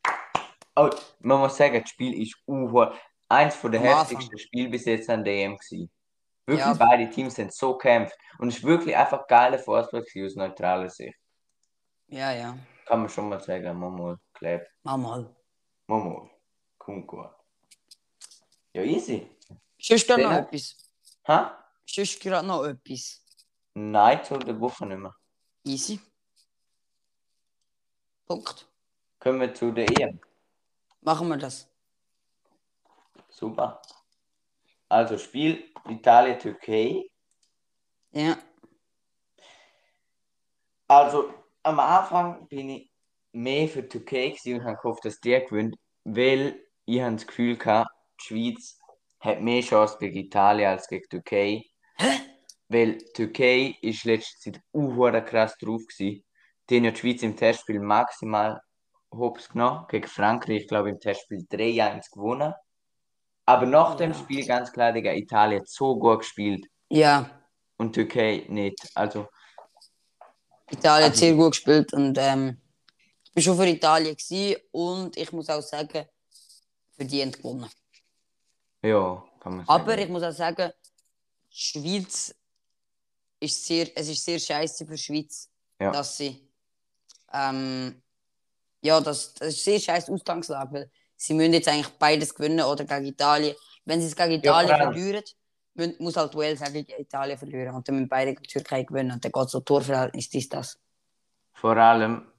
man muss sagen, das Spiel ist uh, eins von der Am Anfang. heftigsten Spiele bis jetzt an DM gewesen. Wirklich, Ja. beide Teams sind so gekämpft. Und es ist wirklich einfach geiler Fußball gewesen aus neutraler Sicht. Ja, ja. Kann man schon mal sagen, mal mal geklebt. Mach mal. Mal mal. Kommt gut. Ja, easy. Sonst gerade noch Ja. etwas. Ha? Sonst gerade noch etwas. Nein, zu der Woche nicht mehr. Easy. Punkt. Kommen wir zu der EM. Machen wir das. Super. Also Spiel Italien-Türkei. Ja. Also am Anfang bin ich mehr für die Türkei gewesen und habe gehofft, dass der gewinnt, weil ich habe das Gefühl hatte, die Schweiz hat mehr Chancen gegen Italien als gegen die Türkei. Weil die Türkei ist letzte Zeit unhöher krass drauf gewesen. Die haben ja die Schweiz im Testspiel maximal hops genommen. Gegen Frankreich, glaube ich, im Testspiel 3-1 gewonnen. Aber nach dem Ja. Spiel ganz klar, Digga, Italien hat so gut gespielt Ja. und die Türkei nicht. Also, Italien hat Also- sehr gut gespielt und ähm, ich bin schon für Italien gewesen und ich muss auch sagen, verdient gewonnen. ja, kann man sagen. Aber ich muss auch sagen, die Schweiz ist sehr, es ist sehr scheiße für die Schweiz, Ja. dass sie ähm, ja, das, das ist sehr scheiße Ausgangslage, weil sie müssen jetzt eigentlich beides gewinnen oder gegen Italien. Wenn sie es gegen vor Italien allem. verlieren, müssen, muss halt Wales auch gegen Italien verlieren und dann müssen beide gegen die Türkei gewinnen und dann geht so Torverhältnis dies, das. Vor allem. Wie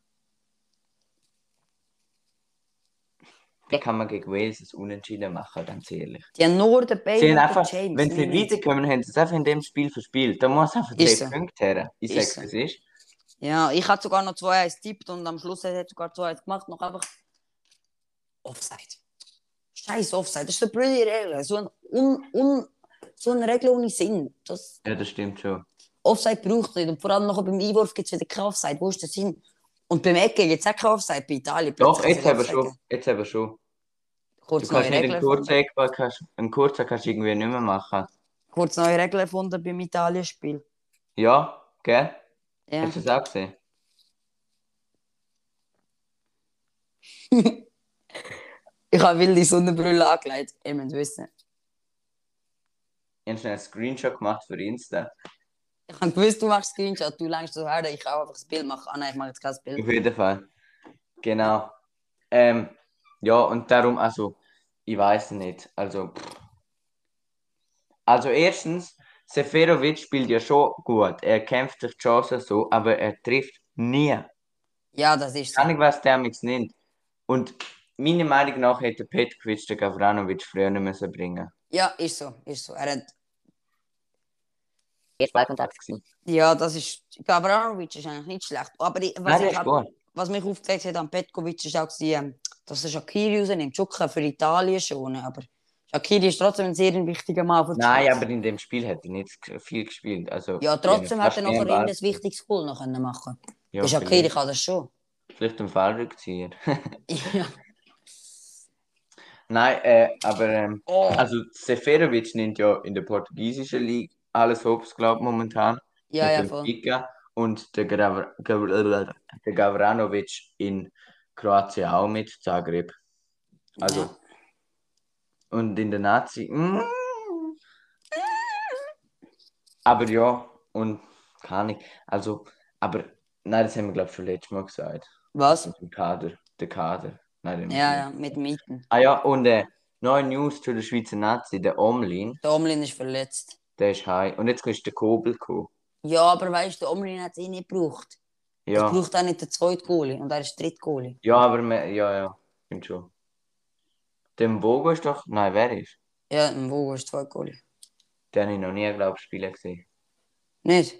Ja. kann man gegen Wales das Unentschieden machen, ganz ehrlich? Die haben nur den Bale Sie haben und den einfach, James. wenn sie mehr nicht. weiterkommen, haben sie es einfach in dem Spiel verspielt. Da muss einfach Ist der so. Punkt her. Ich Ist sag's, so. es ist. Ja, ich hatte sogar noch 2-1 tippt und am Schluss hat er sogar 2-1 gemacht, noch einfach Offside. Scheiß Offside, das ist eine blöde Regel. So, ein un, un, so eine Regel ohne Sinn. Das Ja, das stimmt schon. Offside braucht es nicht. Und vor allem noch beim Einwurf gibt es wieder kein Offside. Wo ist der Sinn? Und beim Ecke gibt es auch kein Offside bei Italien. Doch, Plötzlich jetzt hat haben es wir Offside schon. gegeben. Jetzt haben wir schon. Du Kurz neue kannst nicht Regeln einen erfunden. kurzen Eckball, kannst, einen kurzen kannst du irgendwie nicht mehr machen. Kurz neue Regeln erfunden beim Italien-Spiel. Ja, gell? Ja. Hast du das auch gesehen? Ich habe wilde Sonnenbrille angelegt. Ihr müsst wissen. Ich habe schnell einen Screenshot gemacht für Insta. Ich habe gewusst, du machst Screenshot, du langst so her, ich kann auch einfach ein Bild machen. Ah nein, ich mache jetzt kein Bild. Auf jeden Fall. Genau. Ähm, ja, und darum, also, ich weiß nicht. Also, pff. also erstens, Seferovic spielt ja schon gut. Er kämpft sich die Chancen so, aber er trifft nie. Ja, das ist so. Kann ich was der nichts nimmt. Und meiner Meinung nach hätte Petkovic den Gavranovic früher nicht müssen bringen. Ja, ist so, ist so. Er hat, Er war Kontakt gewesen. ja, das ist. Gavranovic ist eigentlich nicht schlecht. Aber ich, was, Nein, der ich ist hab, gut. was mich aufgeregt hat an Petkovic ist auch, gewesen, ähm, dass er Shakiri rausnimmt. Schukka für Italien schonen, aber Shakiri ist trotzdem ein sehr wichtiger Mann für die Nein, Schweiz. aber in dem Spiel hat er nicht g- viel gespielt. Also, Ja, trotzdem hat er fast nie nachher einen Ball. irgendein wichtiges Goal noch können machen Ja, können. Shakiri vielleicht, kann das schon. vielleicht im Fallrückzieher. Ja. Nein, äh, aber ähm, Oh. also Seferovic nimmt ja in der portugiesischen Liga alles Hops, glaube ich, momentan. Ja, mit ja, dem voll. Kika und der, Grav Gav der Gavranovic in Kroatien auch mit Zagreb. Also, Ja. und in der Nazi. Mm. Aber ja, und kann ich. Also, aber nein, das haben wir, glaube ich, schon letztes Mal gesagt. Was? Mit dem Kader. Der Kader. Nein, den- Ja, ja, mit Mieten. Ah ja, und äh, Neue News zu der Schweizer Nazi, der Omlin, Der Omlin ist verletzt. der ist heim. Und jetzt ist der Kobel gekommen. Ja, aber weißt du, der Omlin hat es eh nicht gebraucht. Es Ja. braucht auch nicht den zweiten Goalie und er ist der dritte Goalie. ja, aber me- ja, ja, stimmt schon. Dem Bogo ist doch. Nein, wer ist? Ja, im Wogo ist der zweite Goalie. Den habe ich noch nie, glaube ich, spielen gesehen. Nicht?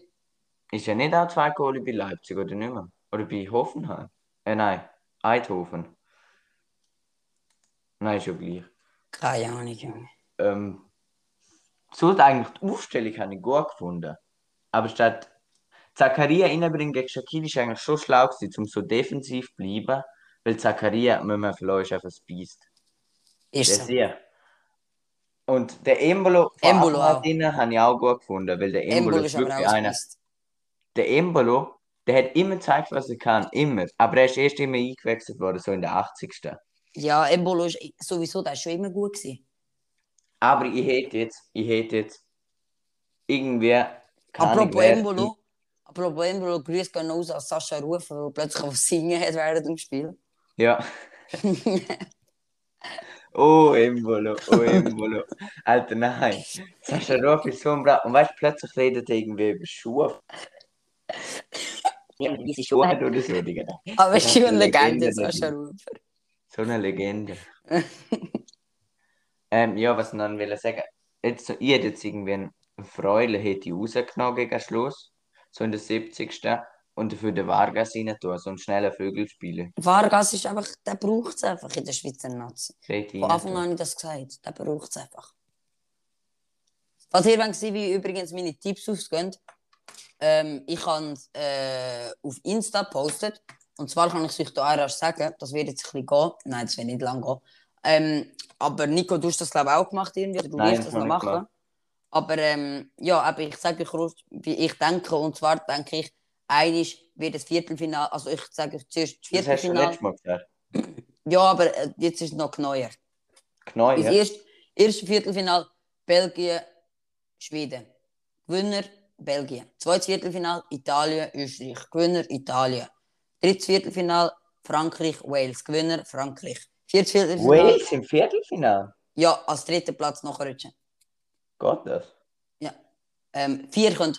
Ist ja nicht auch zwei Goalie bei Leipzig oder nicht mehr? Oder bei Hoffenheim? Äh, nein, Eindhoven. Nein, ist ja gleich. Keine Ahnung, Junge. Ähm, sonst eigentlich die Aufstellung habe ich gut gefunden. Aber statt Zakaria reinbringen gegen Shakiri ist eigentlich schon schlau gewesen, um so defensiv zu bleiben, weil Zakaria, wenn man verliert, ist einfach ein Biest. Der Ist so. sehr. Und der Embolo von Embolo Anfang auch. an habe ich auch gut gefunden, weil der Embolo, Embolo ist ist aber auch wirklich ein einer. Mist. Der Embolo, der hat immer gezeigt, was er kann, immer. Aber er ist erst immer eingewechselt worden, so in der 80. Ja, Embolo ist sowieso, der ist schon immer gut gewesen. Aber ich hätte jetzt, ich hätte jetzt irgendwie. keine Ahnung, Apropos wer- Embolo. Apropos Embolo, Grüße gehen raus an Sascha Ruf, der plötzlich auf Singen hat während dem Spiel. Ja. oh, Embolo, oh, Embolo. Alter, nein. Sascha Roth ist so ein Bra Und weißt du, plötzlich redet er irgendwie über Schuhe. Ja, diese Schuhe hat oder so, Digga. Aber Das es ist schon ist eine eine Legende, der Legende, Sascha Typ. Ruf. So eine Legende. ähm, ja, was ich noch will sagen. Jetzt, so- ich hätte jetzt irgendwie einen Freuler hätte ich rausgenommen gegen Schluss. So in der 70. Und dafür den Vargas rein tun, so einen schnellen Vögelspieler. Vargas ist einfach, der braucht es einfach in der Schweizer Nazi. Hätte ich Von rein Anfang tun. an habe ich das gesagt. Der braucht es einfach. Was ihr wollt, wie übrigens meine Tipps ausgehen, ähm, ich habe äh, auf Insta gepostet. Und zwar kann ich es euch da auch rasch sagen, das wird jetzt ein bisschen gehen. Nein, das wird nicht lang gehen. Ähm, aber Nico, du hast das glaube ich auch gemacht irgendwie. oder Du Nein, wirst das das habe noch ich machen. gemacht. Aber ähm, ja, aber ich sage euch kurz, wie ich denke. Und zwar denke ich, einisch wird das Viertelfinale, also ich sage euch zuerst das Das hast du Viertelfinale. letztes Mal gesagt. Ja, aber äh, jetzt ist es noch neuer. Knäuer. Ins eerste, eerste Viertelfinale België, Schweden. Gewinner België. Zweites Viertelfinale Italië, Österreich. Gewinner Italië. Drittes Viertelfinale Frankreich, Wales. Gewinner Frankreich. Viertes Viertelfinale. Wales im Viertelfinale. Ja, als dritter Platz noch rutschen. Geht das? Ähm, vier können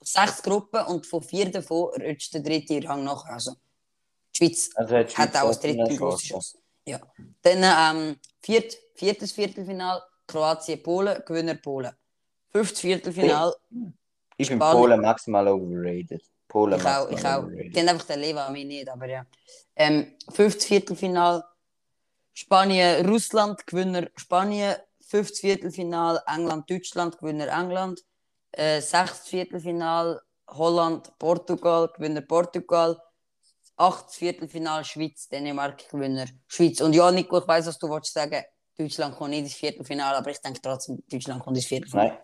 sechs Gruppen und von vier davon rutscht der dritte Rang nachher. Also, die Schweiz Also hat, hat auch als dritte große Chance. Ja. Dann ähm, viert, viertes Viertelfinal Kroatien-Polen, Gewinner Polen. Fünftes Viertelfinal, Ich bin Spanien. Polen maximal overrated. Polen ich auch, maximal ich auch. Genau, Die overrated. haben einfach den Leva, mir nicht, aber ja. Ähm, fünftes Viertelfinal Spanien-Russland, Gewinner Spanien. Fünftes Viertelfinal England-Deutschland, Gewinner England. Äh, sechstes Viertelfinal Holland-Portugal, Gewinner Portugal. Achtes Viertelfinal Schweiz, Dänemark, Gewinner Schweiz. Und ja, Nico, ich weiß, was du wolltest sagen. Deutschland kommt nicht ins Viertelfinale, aber ich denke trotzdem, Deutschland kommt ins Viertelfinale. Nein.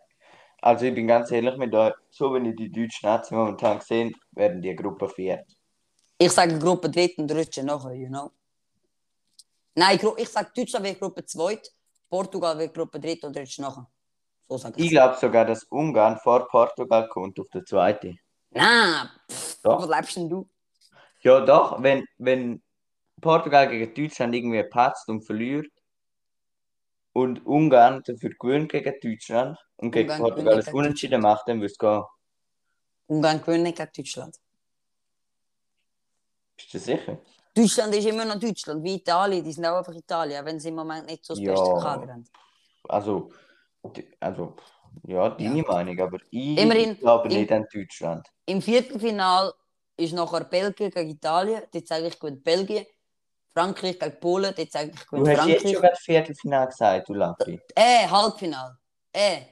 Also ich bin ganz ehrlich mit euch, so wenn ihr die deutschen Nazi momentan seht, werden die Gruppe 4. Ich sage Gruppe 3 und rutschen nachher, you know. Nein, Gru- ich sage Deutschland wird Gruppe 2, Portugal wird Gruppe 3 und rutschen nachher. So sage Ich ich. glaube sogar, dass Ungarn vor Portugal kommt auf der zweite. Nein, pff, Doch. was lebst denn du? Ja doch, wenn, wenn Portugal gegen Deutschland irgendwie patzt und verliert und Ungarn dafür gewinnt gegen Deutschland und gegen Ungarn Portugal gewinnt das gegen Unentschieden macht, dann würde es gehen. Ungarn gewinnt nicht gegen Deutschland. Bist du sicher? Deutschland ist immer noch Deutschland, wie Italien, die sind auch einfach Italien, auch wenn sie im Moment nicht so das Ja. beste Kader haben. Also, die- also ja, deine Meinung, aber ich Immerhin- glaube im- nicht an Deutschland. Im Viertelfinale ist nachher Belgien gegen Italien, dort sage ich gewinnt Belgien. Frankreich gegen Polen, dort sage ich Du gewinnt hast jetzt Frankreich. schon gerade Viertelfinale gesagt, du Lappi. Äh, Halbfinale. Äh.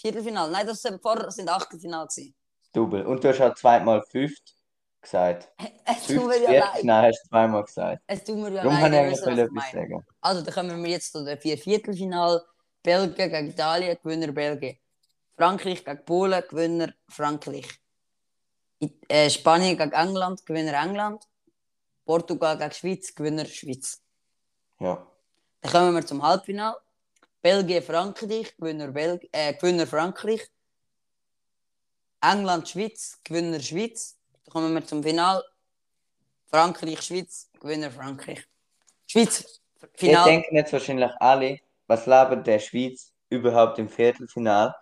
Viertelfinale. Nein, das sind vorher sind Achtelfinale gewesen. Double. Und du hast auch zweimal Fünft gesagt. Es tut Fünft mir ja leid. Viertelfinale hast du zweimal gesagt. Es tut mir ja Darum kann ich leid. eigentlich Ich weiß, was ich etwas meine. sagen. Also, dann kommen wir jetzt zu den vier Viertelfinale. Belgien gegen Italien, Gewinner Belgien. Frankreich gegen Polen, Gewinner Frankreich. I äh, Spanien gegen England, Gewinner England. Portugal gegen Schweiz, Gewinner Schweiz. Ja. Dann kommen wir zum Halbfinale. Belgien, Frankreich, Gewinner, Bel äh, Gewinner Frankreich. England, Schweiz, Gewinner Schweiz. Dann kommen wir zum Finale. Frankreich, Schweiz, Gewinner Frankreich. Schweiz, Jetzt Final. denken jetzt wahrscheinlich alle, was labert der Schweiz überhaupt im Viertelfinal?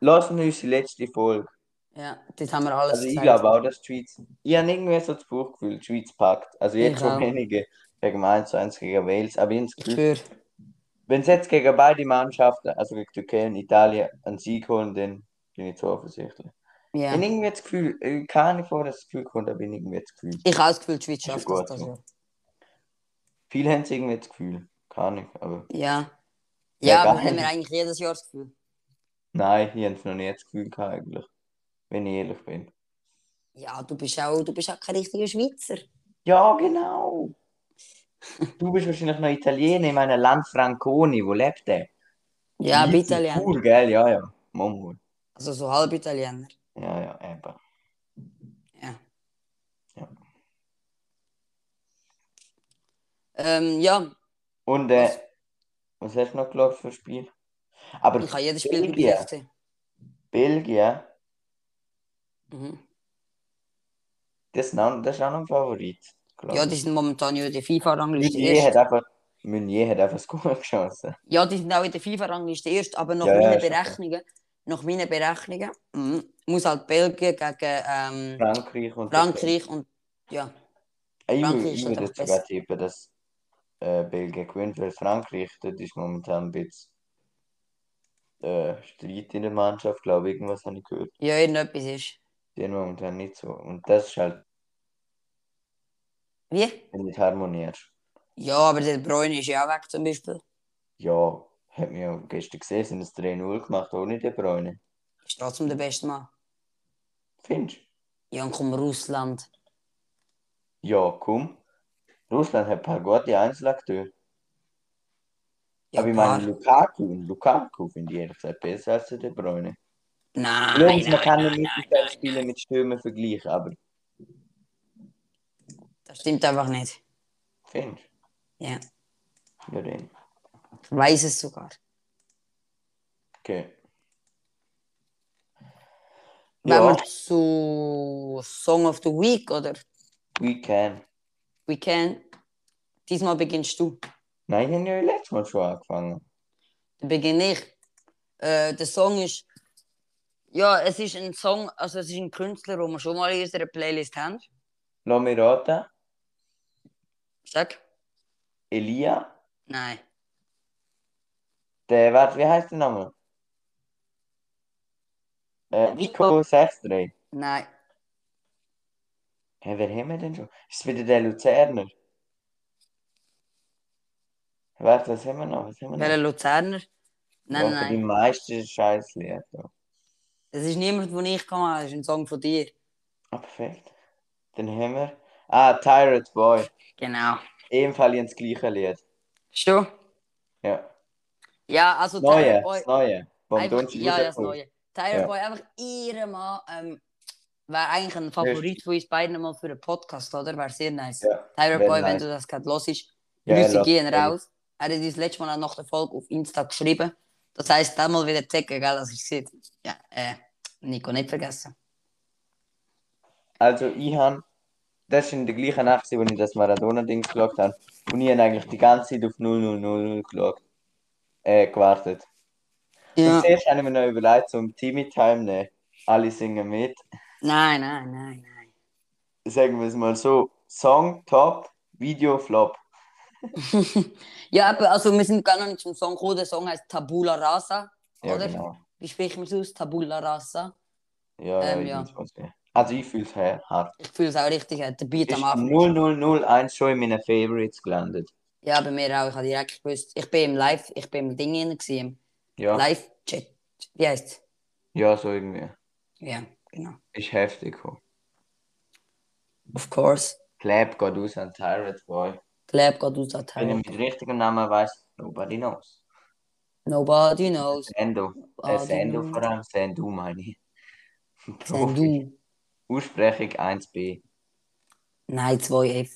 Lassen uns die letzte Folge. Ja, das haben wir alles Also ich gesagt. glaube auch, dass die Schweiz. Ich habe irgendwie so das Bauchgefühl, die Schweiz packt. Also Ich jetzt auch. schon wenige gegen 1 zu 1 gegen Wales. Aber ich habe das Genau. Ich Gefühl, höre. wenn sie jetzt gegen beide Mannschaften, also gegen Türkei und Italien, einen Sieg holen, dann bin ich zu offensichtlich. Ich Ja. habe irgendwie das Gefühl, äh, keine vor, dass das Gefühl kommt, aber ich habe irgendwie das Gefühl. Ich habe das Gefühl, die Schweiz Ja, schafft das. gut, das ja. Jahr. Viele haben es irgendwie das Gefühl. Keine Ahnung, aber Ja. Ja, Ja, aber geil. haben wir eigentlich jedes Jahr das Gefühl. nein, ich habe es noch nie das Gefühl gehabt, eigentlich. Wenn ich ehrlich bin. Ja, du bist auch, du bist auch kein richtiger Schweizer. Ja, genau. Du bist wahrscheinlich noch Italiener in meinem Land Franconi. Wo lebt der? Ja, Lieb- Italiener. Cool, gell? Ja, ja. Momo. Also so halb Italiener. Ja, ja, eben. Ja. Ja. Ähm, ja, Und äh, was hast du noch gelaufen für Spiel? Aber ich habe jedes Spiel mit Belgien. 16. Belgien, Mhm. das ist noch, das ist auch noch ein Favorit. glaub Ja, ich. die sind momentan ja in der FIFA-Rangliste Meunier hat erst. einfach, Meunier hat einfach das Goal geschossen. Ja, die sind auch in der FIFA-Rangliste erst, aber nach Ja, ja, meinen ist okay. Berechnungen, nach meinen Berechnungen mhm, muss halt Belgien gegen ähm, Frankreich und Ah, Frankreich und ja, Ich, Frankreich wür- ist ich doch würde doch jetzt sogar besser. tippen, dass äh, Belgien gewinnt, weil Frankreich, dort ist momentan ein bisschen äh, Streit in der Mannschaft, glaube ich, irgendwas habe ich gehört. ja, irgendetwas ist. Die haben momentan nicht so. Und das ist halt Wie? nicht harmoniert. Ja, aber der Bräune ist ja auch weg zum Beispiel. Ja, hat mir ja gestern gesehen, sind es 3-0 gemacht, ohne De Bruyne. Ist trotzdem der beste Mann. Findest Ja, und komm, Russland. du? Ja, komm. Russland hat ein paar gute Einzelakteure. Ja, Aber ich paar. meine, Lukaku und Lukaku finde ich ehrlich gesagt besser als der De Bruyne. Nein, Übrigens, man nein, kann nein, den Mittelfeldspieler mit Stürmen vergleichen, aber das stimmt einfach nicht. findest Ja, du? Ja, den. ich weiß es sogar. Okay. Wenn Ja, wir zu Song of the Week oder we can. Weekend, diesmal beginnst du. Nein, ich habe ja letztes Mal schon angefangen. Dann beginne ich. Äh, der Song ist. Ja, es ist ein Song, also es ist ein Künstler, den wir schon mal in unserer Playlist haben. Lomi Rota, Sag? Elia, Nein. der, warte, wie heißt der Name? Äh, Nico 63. Nein. Hä, wer haben wir denn schon? Ist es wieder der Luzerner? Warte, was haben wir noch? Was haben wir noch? Welcher Luzerner? Nein, Warte, nein. Die meisten scheiß Lieder. Es ist niemand, den ich kann, machen, es ist ein Song von dir. Ah, perfekt. Dann haben wir. Ah, Tyrant Boy. Genau. Ebenfalls ins gleiche Lied. Schon? Ja. Ja, also Neue, Tyler Boy. das neue. Vom Einfach, Dunst ja, ja, das Liverpool. Neue. Tyler Ja. Boy, einfach ihre Mann. Ähm, wäre eigentlich ein Favorit von uns beiden mal für einen Podcast, oder? Wäre sehr nice. Ja, Tyler wär Boy, wenn nice. du das gerade hörst, Ja, Grüße ja, gehen ja. raus. Er hat uns letztes Mal auch nach der Folge auf Insta geschrieben. Das heisst, da mal wieder checken, gell, dass ich sehe. Ja, äh, Nico, nicht vergessen. Also, ich habe. Das war in der gleichen Nacht, wo ich das Maradona-Ding geschaut habe. Und ich habe eigentlich die ganze Zeit auf 0000 geschaut. Äh, gewartet. Ja. Und zuerst habe ich mir noch überlegt, zum Timmy Time nehmen. Alle singen mit. Nein, nein, nein, nein. Sagen wir es mal so: Song top, Video flop. Ja, aber also wir sind gar noch nicht zum Song gekommen. Der Song heißt Tabula Rasa, Ja, oder? genau. Wie spricht man es aus? Tabula Rasa. Ja, ja, Ähm, ja. ich weiß nicht. Also, ich fühle es hart. Ich fühle es auch richtig, hat der Beat Ist am Anfang. 0001 schon in meinen Favorites gelandet. Ja, bei mir auch. Ich habe direkt gewusst. Ich bin im Live, ich bin im Ding drin gewesen, Ja, im Live-Chat. Wie heißt ja, so irgendwie. Ja, genau. Ist heftig. ho. Of course. Clap geht aus an Tyrant Boy. Clap geht aus Wenn ich Attack. mit richtigem Namen weiß, nobody knows. Nobody knows. Sendo. Äh, Ah, Sendo die- vor allem, Sendu meine ich. Wenn du. Aussprechung 1b. Nein, 2F.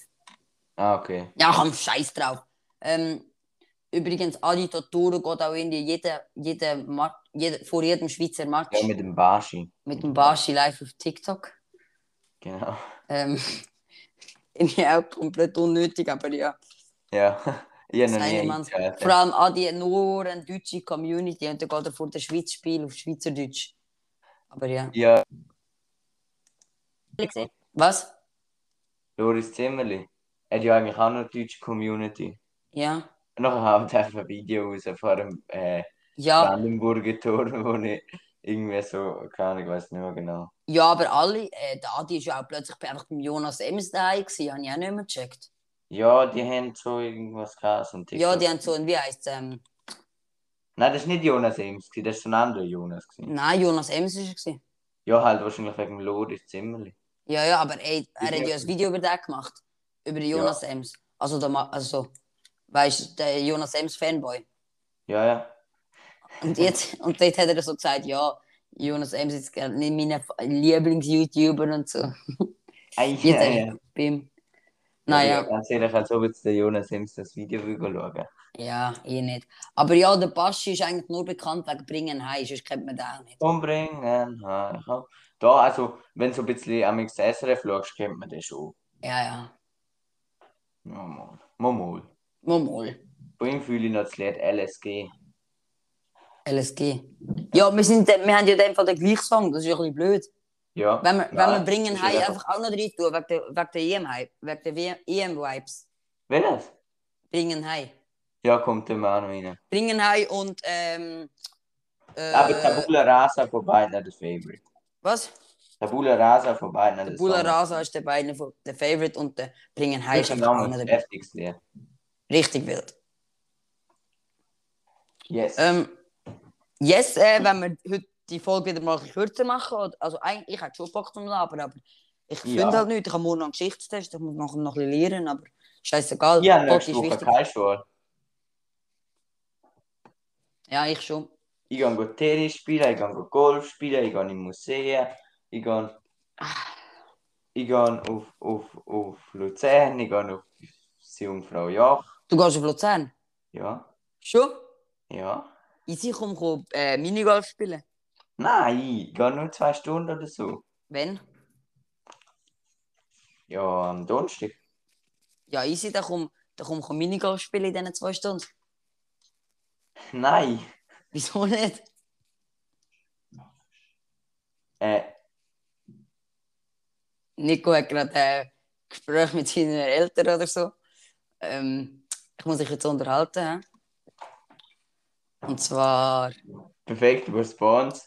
Ah, okay. Ja, komm, scheiß drauf. Ähm, übrigens, Adi Totoro geht auch in die jede, jede, Ma- jede, vor jedem Schweizer Match Ja, mit dem Bashi. mit dem Bashi live auf TikTok. Genau. Ähm, irgendwie auch komplett unnötig, aber ja. Ja, Ich habe noch nie Seine eingeschaltet. Vor allem an die nur eine deutsche Community und dann geht er vor der Schweiz spielen auf Schweizerdeutsch. Aber ja. Ja, Was? Loris Zimmerli. Er hat ja eigentlich auch noch eine deutsche Community. Ja. Und nachher haut er einfach ein Video raus vor dem äh, Ja, Brandenburger Tor, wo ich irgendwie so, keine Ahnung, ich weiß nicht mehr genau. ja aber alle, äh, der Adi ist ja auch plötzlich bei einfach beim Jonas Ems daheim gewesen, habe ich auch nicht mehr gecheckt. Ja, die haben so irgendwas gehabt. so ein Ja, TikTok. die haben so einen, wie heisst es? Ähm, Nein, das war nicht Jonas Ems, gewesen, das war so ein anderer Jonas. gewesen. nein, Jonas Ems war er. gewesen. Ja, halt wahrscheinlich wegen dem Loris Zimmerli. Ja, ja, aber ey, er Ich hat ja glaub- ein Video über den gemacht. Über den Jonas Ems. Also, der, Ma- also weißt du, der Jonas Ems Fanboy. Ja, ja. Und jetzt, und dort hat er so gesagt, ja, Jonas Ems ist gerade nicht mein Lieblings-YouTuber und so. Ah, Jetzt ja, yeah. ja. ich beim. Ja, Naja, Ganz ehrlich, als ob jetzt halt der Jonas Ems das Video schauen würde. ja, eh nicht. Aber ja, der Baschi ist eigentlich nur bekannt wegen Bringen heim, sonst kennt man den auch nicht. Umbringen, ha, ha. Da, also, wenn du so ein bisschen am SRF schaust, kennt man den schon. Ja, ja. Ja, mal. Mal, mal. Mal, mal. Bei ihm fühle ich noch das Lied LSG. LSG. Ja, wir, sind, wir haben ja in dem Fall den gleichen Song, das ist ja ein bisschen blöd. Ja. Wenn wir, wenn Ja, dus wir Bringen das ist heim ja- einfach auch noch rein tun, wegen der, wegen der EM-Hype, wegen der W- EM-Vibes. Welches? Bringen heim. Ja, kommt dann auch noch rein. Bringen heim und, ähm. Äh, Aber Tabula Rasa von beiden hat das Favorite. was? Tabula Rasa von beiden hat Der das Bula Favorite. Rasa ist der beide von der Favorite und der Bringen heim Das ist ist einfach auch noch ein dabei. heftiges Lied. Richtig wild. Yes. Ähm, yes, äh, wenn wir heute die Folge wieder mal kürzer machen, oder- also eigentlich, ich hätte schon Bock zum Labern, aber ich finde Ja. halt nichts. Ich habe morgen noch einen Geschichtstest, ich muss nachher noch ein bisschen lernen, aber scheißegal. ja, Podcast nächste ist Woche wichtig. keine Schule. Ja, ich schon. Ich gehe Tennis spielen, ich gehe Golf spielen, ich gehe in Museen, ich gehe... Ich gehe auf, auf, auf Luzern, ich gehe auf die Jungfrau Joch. Du gehst auf Luzern? Ja, Schon? ja. Easy, komm, komm äh, Minigolf spielen. Nein, ich gehe nur zwei Stunden oder so. Wenn? Ja, am Donnerstag. Ja, easy, dann komm, dann komm, komm Minigolf spielen in diesen zwei Stunden. Nein. Wieso nicht? Äh, Nico hat gerade ein Gespräch mit seinen Eltern oder so. Ähm, ich muss mich jetzt unterhalten. hä? Und zwar. perfekt, wo Spawns.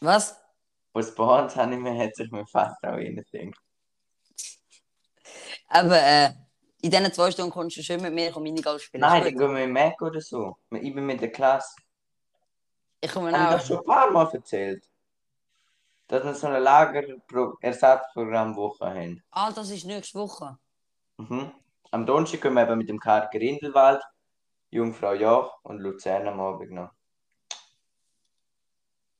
Was? Wo Spawns habe ich mir, hat sich mein Vater auch reingedacht. Aber äh, in diesen zwei Stunden kommst du schön mit mir und meine Golf spielen. Nein, Ist dann gut. gehen wir im Mac oder so. Ich bin mit der Klasse. ich komme Haben wir doch auch. schon ein paar Mal erzählt. Dass wir so ein Lagerersatzprogrammwoche haben. Ah, das ist nächste Woche. Mhm. Am Donnerstag gehen wir eben mit dem Karl Grindelwald, Jungfrau Joch und Luzern am Abend noch.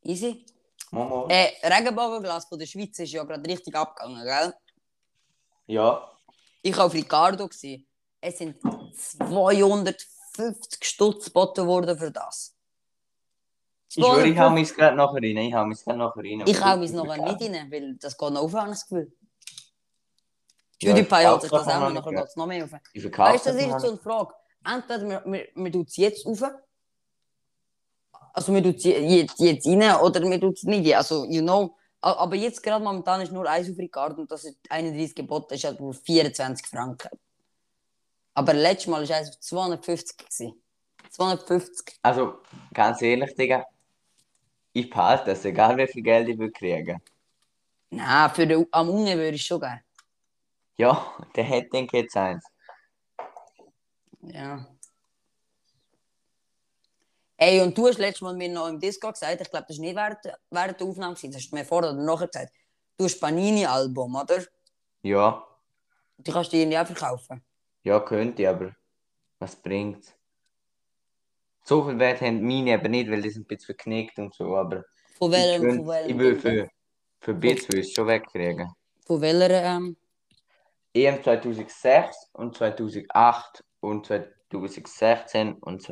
Easy. Momo. Äh, Regenbogenglas von der Schweiz ist ja gerade richtig abgegangen, gell? Ja, Ich war auf Ricardo. Gewesen. Es sind 250 Stutz geboten worden für das. ich schwöre, ich hau mich gerade nachher rein. Ich hau mich gerade nachher rein. Ich hau mich noch nicht rein, weil das geht noch auf, habe ich das Gefühl. Ja, PewDiePie ich hat sich glaub, das das auch haben wir noch, noch nicht nachher geht es noch mehr auf. Ich verkaufe Weißt du, das das ist noch. so eine Frage. Entweder wir- wir tun es jetzt auf, also wir tun es jetzt, jetzt rein oder wir tun es nicht rein. Also, you know. A- Aber jetzt gerade momentan ist nur eins auf Ricardo und das ist 31 Gebote, das ist halt nur 24 Franken. Aber letztes Mal war eins auf 250. Gewesen. 250. Also, ganz ehrlich, Digga, ich behalte das, egal wie viel Geld ich will kriegen. Nein, für den, am Unge würde ich schon gehen. Ja, der hätte den jetzt eins. Ja. Ey, und du hast letztes Mal mir noch im Discord gesagt, ich glaube, das war nicht während, während der Aufnahme, gewesen, das hast du mir vorher oder nachher gesagt. Du hast Panini-Album, oder? Ja, Die kannst du irgendwie auch verkaufen. ja, könnte ich, aber was bringt's? So viel Wert haben meine aber nicht, weil die sind ein bisschen verknickt und so, aber Von ich, welchem, von könnte, welchem, ich will für, für Bits will ich schon wegkriegen. von welcher, ähm, EM 2006 und 2008 und 2016 und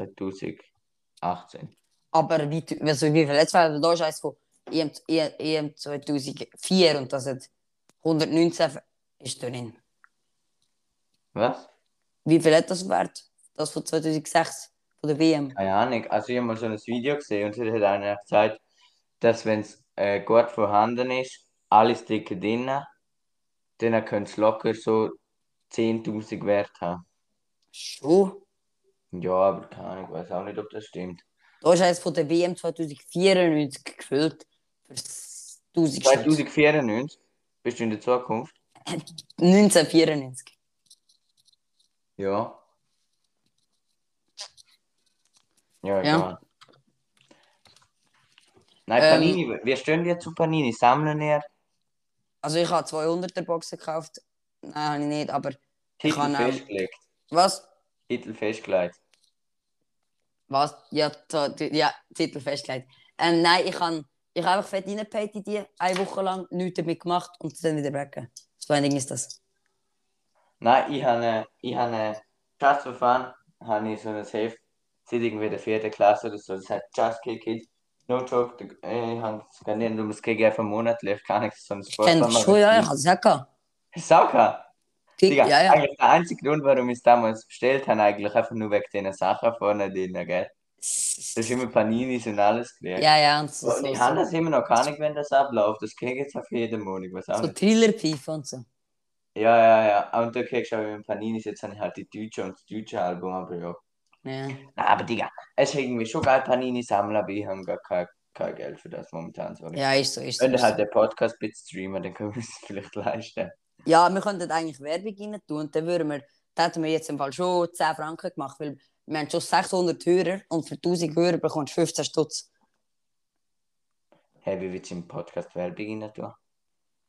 2018. aber wie, du- also wie viel? Jetzt war da ist eins von EM, EM, 2004 und das hat 119 F- ist drin. Was? Wie viel hat das wert? Das von 2006, von der WM. Keine Ahnung. Also ich habe mal so ein Video gesehen und dort hat einer gesagt, dass wenn es äh, gut vorhanden ist, alles dicke drin, dann könnte es locker so 10.000 wert haben. Schon. Ja, aber keine Ahnung, weiß auch nicht, ob das stimmt. Da ist eins von der WM 2094 gefüllt. Für 1000 Stutz. 2094 bist du in der Zukunft? 1994. Ja. Ja, Ja. egal. Nein, Ähm. Panini, wir stehen jetzt zu Panini, sammeln wir Also ich habe 200er Boxen gekauft. Nein, habe ich nicht, aber Ich Titel kann auch- festgelegt. was? Titel festgelegt. Was? Ja, da- die- ja Titel festgelegt. Ähm, nein, ich habe ich hab einfach fett reingepayt in die, eine Woche lang, nichts damit gemacht und dann wieder weg. So ein Ding ist das. Nein, ich habe ich habe Just-Verfahren, habe ich so ein Heft, seit irgendwie der vierten Klasse oder so, das heißt Just Kick It. No joke, der- äh, ich habe es gar nicht um das KGF einen Monat läuft, gar nichts, so ein Ich kenne das schon, ja, ich habe es auch gehabt. Sauka! Kick, Digga, ja, ja. eigentlich der einzige Grund, warum ich es damals bestellt habe, eigentlich einfach nur wegen diesen Sachen vorne drin, gell? Das ist immer Paninis und alles gekriegt. Ja, ja, und so, und so, ich habe so, das immer noch gar nicht, wenn das abläuft. Das kriege ich jetzt auf jeden Monat, was auch so nicht. Thriller-Pfeife und so. Ja, ja, ja. Und da kriegst du auch immer Paninis, jetzt habe ich halt die deutsche und das deutsche Album, aber ja. Ja. Nein, aber Digga, es ist irgendwie schon geil, Panini sammeln, aber ich habe gar kein, kein Geld für das momentan, sorry. ja, ist so, ist so. Wenn du Ist halt so. den Podcast bit streamen, dann können wir es vielleicht leisten. Ja, wir könnten eigentlich Werbung rein tun und dann würden wir, da hätten wir jetzt im Fall schon 10 Franken gemacht, weil wir haben schon 600 Hörer und für 1000 Hörer bekommst du 15 Stutz. Hey, wie willst du im Podcast Werbung rein tun?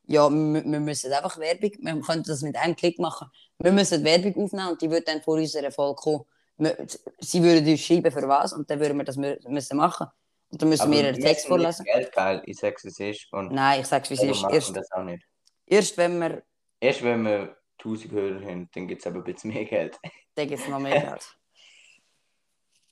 Ja, wir, wir müssen einfach Werbung, wir könnten das mit einem Klick machen. Wir müssen Werbung aufnehmen und die würde dann vor unserer Folge kommen. Wir, sie würden uns schreiben, für was, und dann würden wir das mü- müssen machen. Und dann müssen Aber wir ihren Text müssen nicht vorlesen. Geld geil, ich sag's es ist. Und Nein, ich sag's, wie es wir ist. machen Erst, das auch nicht. erst wenn wir, Erst wenn wir 1000 Hörer haben, dann gibt's aber ein bisschen mehr Geld. dann gibt's noch mehr Geld.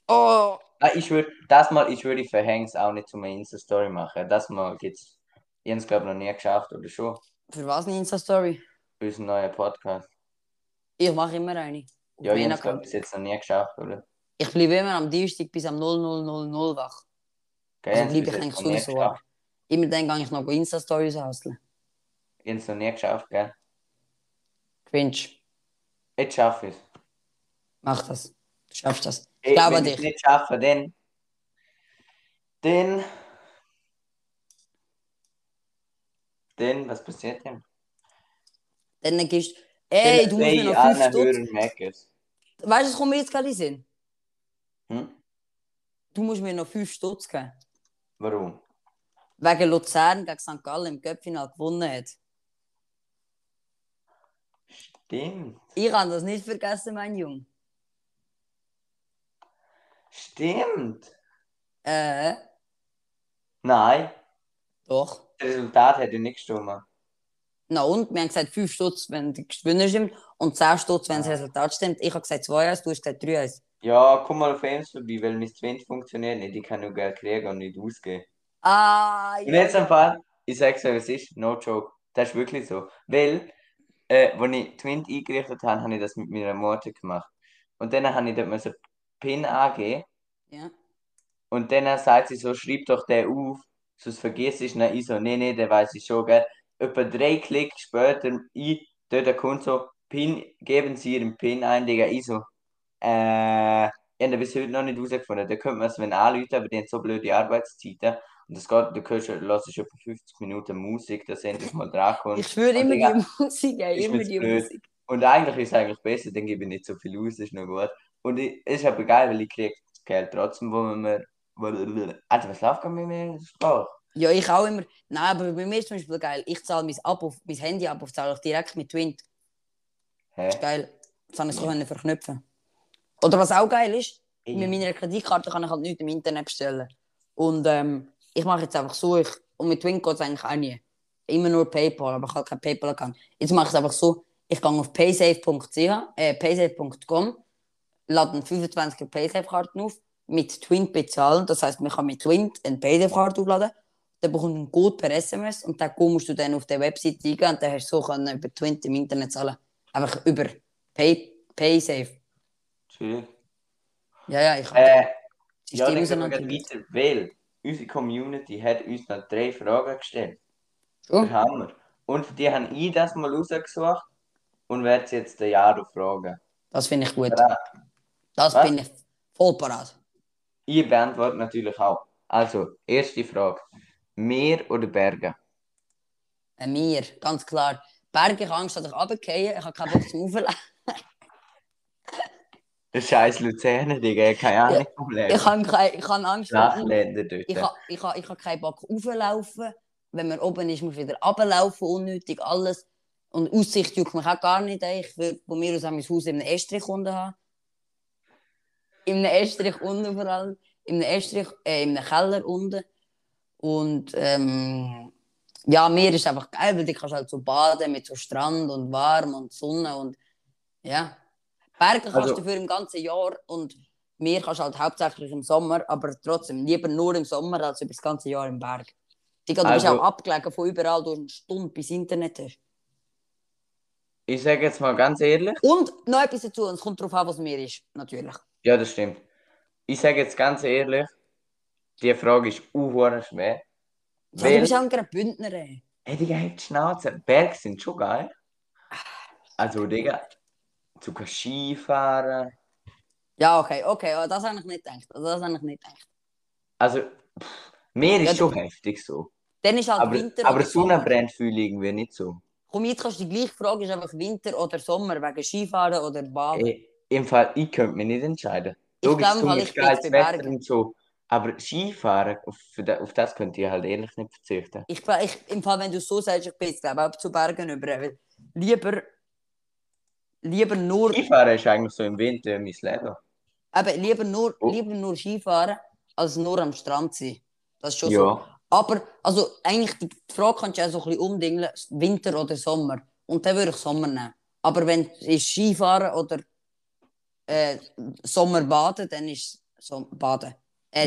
Oh! Ah, ich würde, das mal, ich würde Verhängs auch nicht zu einer Insta-Story machen. Das mal gibt's, ich hab's glaube noch nie geschafft oder schon. Für was eine Insta-Story? Für unseren neuen Podcast. Ich mache immer eine. Auf Ja, ich meinen hab's glaube Account. bis jetzt noch nie geschafft, oder? Ich bleibe immer am Dienstag bis am 0000 wach. Gell, Also ich's bleibe bis jetzt ich eigentlich noch nie sowieso wach. geschafft. Immer dann gehe ich noch Insta-Stories hauseln. Ich hab's noch nie geschafft, gell? Cringe. Jetzt schaff ich's. Mach das. Du schaffst das. Ey, glaube wenn an ich's dich. nicht schaffe, dann. Dann. Dann, was passiert denn? Dann gehst du. Ey, du musst mir noch 5 Stutz. Hörer merken es. Weißt du, was kommt mir jetzt gerade in den Sinn? Hm? Du musst mir noch 5 Stutz geben. Warum? Wegen Luzern gegen St. Gallen im Köpfinal gewonnen hat. Stimmt. Ich kann das nicht vergessen, mein Junge. Stimmt. Äh, Nein, doch. das Resultat hätte nicht gestimmt. Na und? Wir haben gesagt 5 Stutz, wenn der Gewinner stimmt. Und 10 Stutz, wenn das Resultat stimmt. Ich habe gesagt 2-1, du hast gesagt 3-1. Ja, komm mal auf Ems vorbei, weil mein Twin funktioniert nicht. Ich kann nur Geld kriegen und nicht ausgeben. Ah, Und jetzt am Fall, ich sag's euch, es ist, no joke. Das ist wirklich so. Weil, äh, als ich Twin eingerichtet habe, habe ich das mit meiner Mutter gemacht. Und dann habe ich dort mal so Pin angegeben. ja. Und dann sagt sie so, schreib doch den auf, sonst vergiss ich ihn. Ich so, nee, nee, den weiß ich schon, gell. Etwa drei Klick später, ich, dort kommt so, Pin, geben Sie Ihren Pin ein, Digga. Ich so, äh, ich habe bis heute noch nicht rausgefunden. Da könnte man es, wenn anrufen, aber die haben so blöde Arbeitszeiten. Und das geht, du hörst, lass ich etwa 50 Minuten Musik, dass endlich mal dran kommt. Ich schwöre Und immer Digga, die Musik, ey, ist immer mir's die blöd. Musik. Und eigentlich ist es eigentlich besser, dann gebe ich nicht so viel aus, ist noch gut. Und ich, ist aber geil, weil ich kriege das Geld trotzdem, wo man mir. Also, was läuft gerade mit mir in der Sprache? Ja, ich auch immer. Nein, aber bei mir ist zum Beispiel geil. Ich zahle mein Abo, mein Handy ab, zahle ich direkt mit Twint. Hä? Das ist geil. Das kann ich so können verknüpfen. Oder was auch geil ist, mit meiner Kreditkarte kann ich halt nichts im Internet bestellen. Und ähm, ich mache jetzt einfach so. Ich, und mit Twint geht es eigentlich auch nie. Immer nur PayPal, aber ich habe kein PayPal-Account. Jetzt mache ich es einfach so. Ich gehe auf paysafe.ch, äh, paysafe.com, lade eine 25er Paysafe-Karte auf, mit Twint bezahlen. Das heisst, man kann mit Twint eine Paysafe-Karte aufladen. Dann bekommt man einen Code per SMS und den Code musst du dann auf der Website eingeben und dann hast du so können über Twint im Internet zahlen. Einfach über Pay, Paysafe. Chillig. Ja, ja, ich habe Äh, das ja, System dann gehen wir gleich auseinander. weiter, weil unsere Community hat uns noch drei Fragen gestellt. Oh, Der Hammer. Und die haben ich das mal rausgesucht und werde jetzt den Jaro fragen. das finde ich gut. Bereit? Das Was? bin ich voll parat. Ich beantworte natürlich auch. Also, erste Frage. Meer oder Berge? Ein Meer, ganz klar. Berge, ich habe Angst, dass ich runterfalle. Ich habe keinen Bock zum Auflaufen. Der scheiß Luzerner, Digga, ich kann ja auch nicht umleben. Ich habe keine- ich habe Angst vor dem Flachländer Ich dort. habe ich ha, ich ha keinen Bock rauflaufen. Wenn man oben ist, muss ich wieder runterlaufen, unnötig alles. Und Aussicht juckt mich auch gar nicht. ey. Ich würde von mir aus auch mein Haus in einem Estrich unten haben. In einem Estrich unten vor allem. In einem Estrich, äh, in einem Keller unten. Und ähm, ja, Meer ist einfach geil, weil du kannst halt so baden mit so Strand und warm und Sonne und ja. Berge kannst Also- du für im ganzen Jahr und Meer kannst du halt hauptsächlich im Sommer, aber trotzdem lieber nur im Sommer als über das ganze Jahr im Berg. Digga, du bist Also- auch abgelegen von überall, du hast eine Stunde bis Internet hast. Ich sage jetzt mal ganz ehrlich, Und noch etwas dazu, und es kommt darauf an, was Meer ist, natürlich. ja, das stimmt. Ich sage jetzt ganz ehrlich, die Frage ist unhöher schwer. Ja, du Weil, bist auch ein Bündner, ey. hey, Digga, halt die Schnauze. Berge sind schon geil. Ah, Also, Digga, du kannst Skifahren. Ja, okay, okay, ja, das habe ich nicht gedacht. Also, das habe ich nicht gedacht. Also, pff, Meer Ja, ist du- schon heftig so. Dann ist halt Aber, Winter aber oder Sommer. Sonnenbrand fühle ich irgendwie nicht so. Komm, jetzt kannst du die gleiche Frage, ist einfach Winter oder Sommer, wegen Skifahren oder Baden. Ey, Im Fall, ich könnte mich nicht entscheiden. Ich Logisch, glaub, du weil hast ich bin jetzt geiles bei Wetter Bergen. und so. Aber Skifahren, auf, für da- auf das könnt ihr halt ehrlich nicht verzichten. Ich, bin- ich, Im Fall, wenn du so sagst, ich bin jetzt, glaube ich, auch zu Bergen über. weil Lieber, lieber nur... Skifahren ist eigentlich so im Winter mein Leben. Eben, lieber nur, Oh. lieber nur Skifahren als nur am Strand sein. Das ist schon so. Ja, Aber also, eigentlich, die die Frage kannst du ja so ein bisschen umdingeln, Winter oder Sommer. Und dann würde ich Sommer nehmen. Aber wenn es ist Skifahren oder äh, Sommer baden, dann ist so Baden. Äh,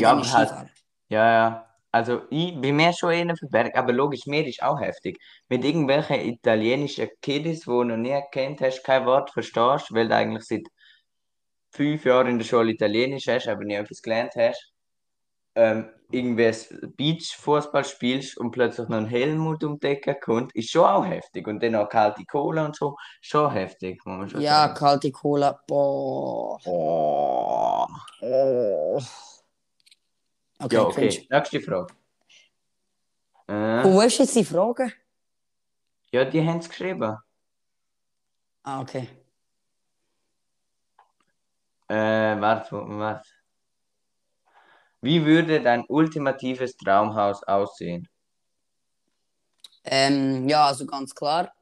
Ja, dann aber ist halt- Skifahren. ja, ja. Also ich bin mir schon eher für Berg, aber logisch, Meer ist auch heftig. Mit irgendwelchen italienischen Kiddies, die du noch nie kennt hast, kein Wort verstehst, weil du eigentlich seit fünf Jahren in der Schule Italienisch hast, aber nie etwas gelernt hast. Ähm, irgendwie ein Beachfußball spielst und plötzlich noch ein Helmut um die Ecke kommt, ist schon auch heftig. Und dann auch kalte Cola und so, schon heftig, muss man schon Ja, sagen. kalte Cola. Boah. Oh. Oh. Okay, Ja, cringe. okay. Nächste Frage. Äh, Und wo ist jetzt die Frage? ja, die haben es geschrieben. Ah, okay. Äh, warte, warte. Wie würde dein ultimatives Traumhaus aussehen? Ähm, ja, also ganz klar.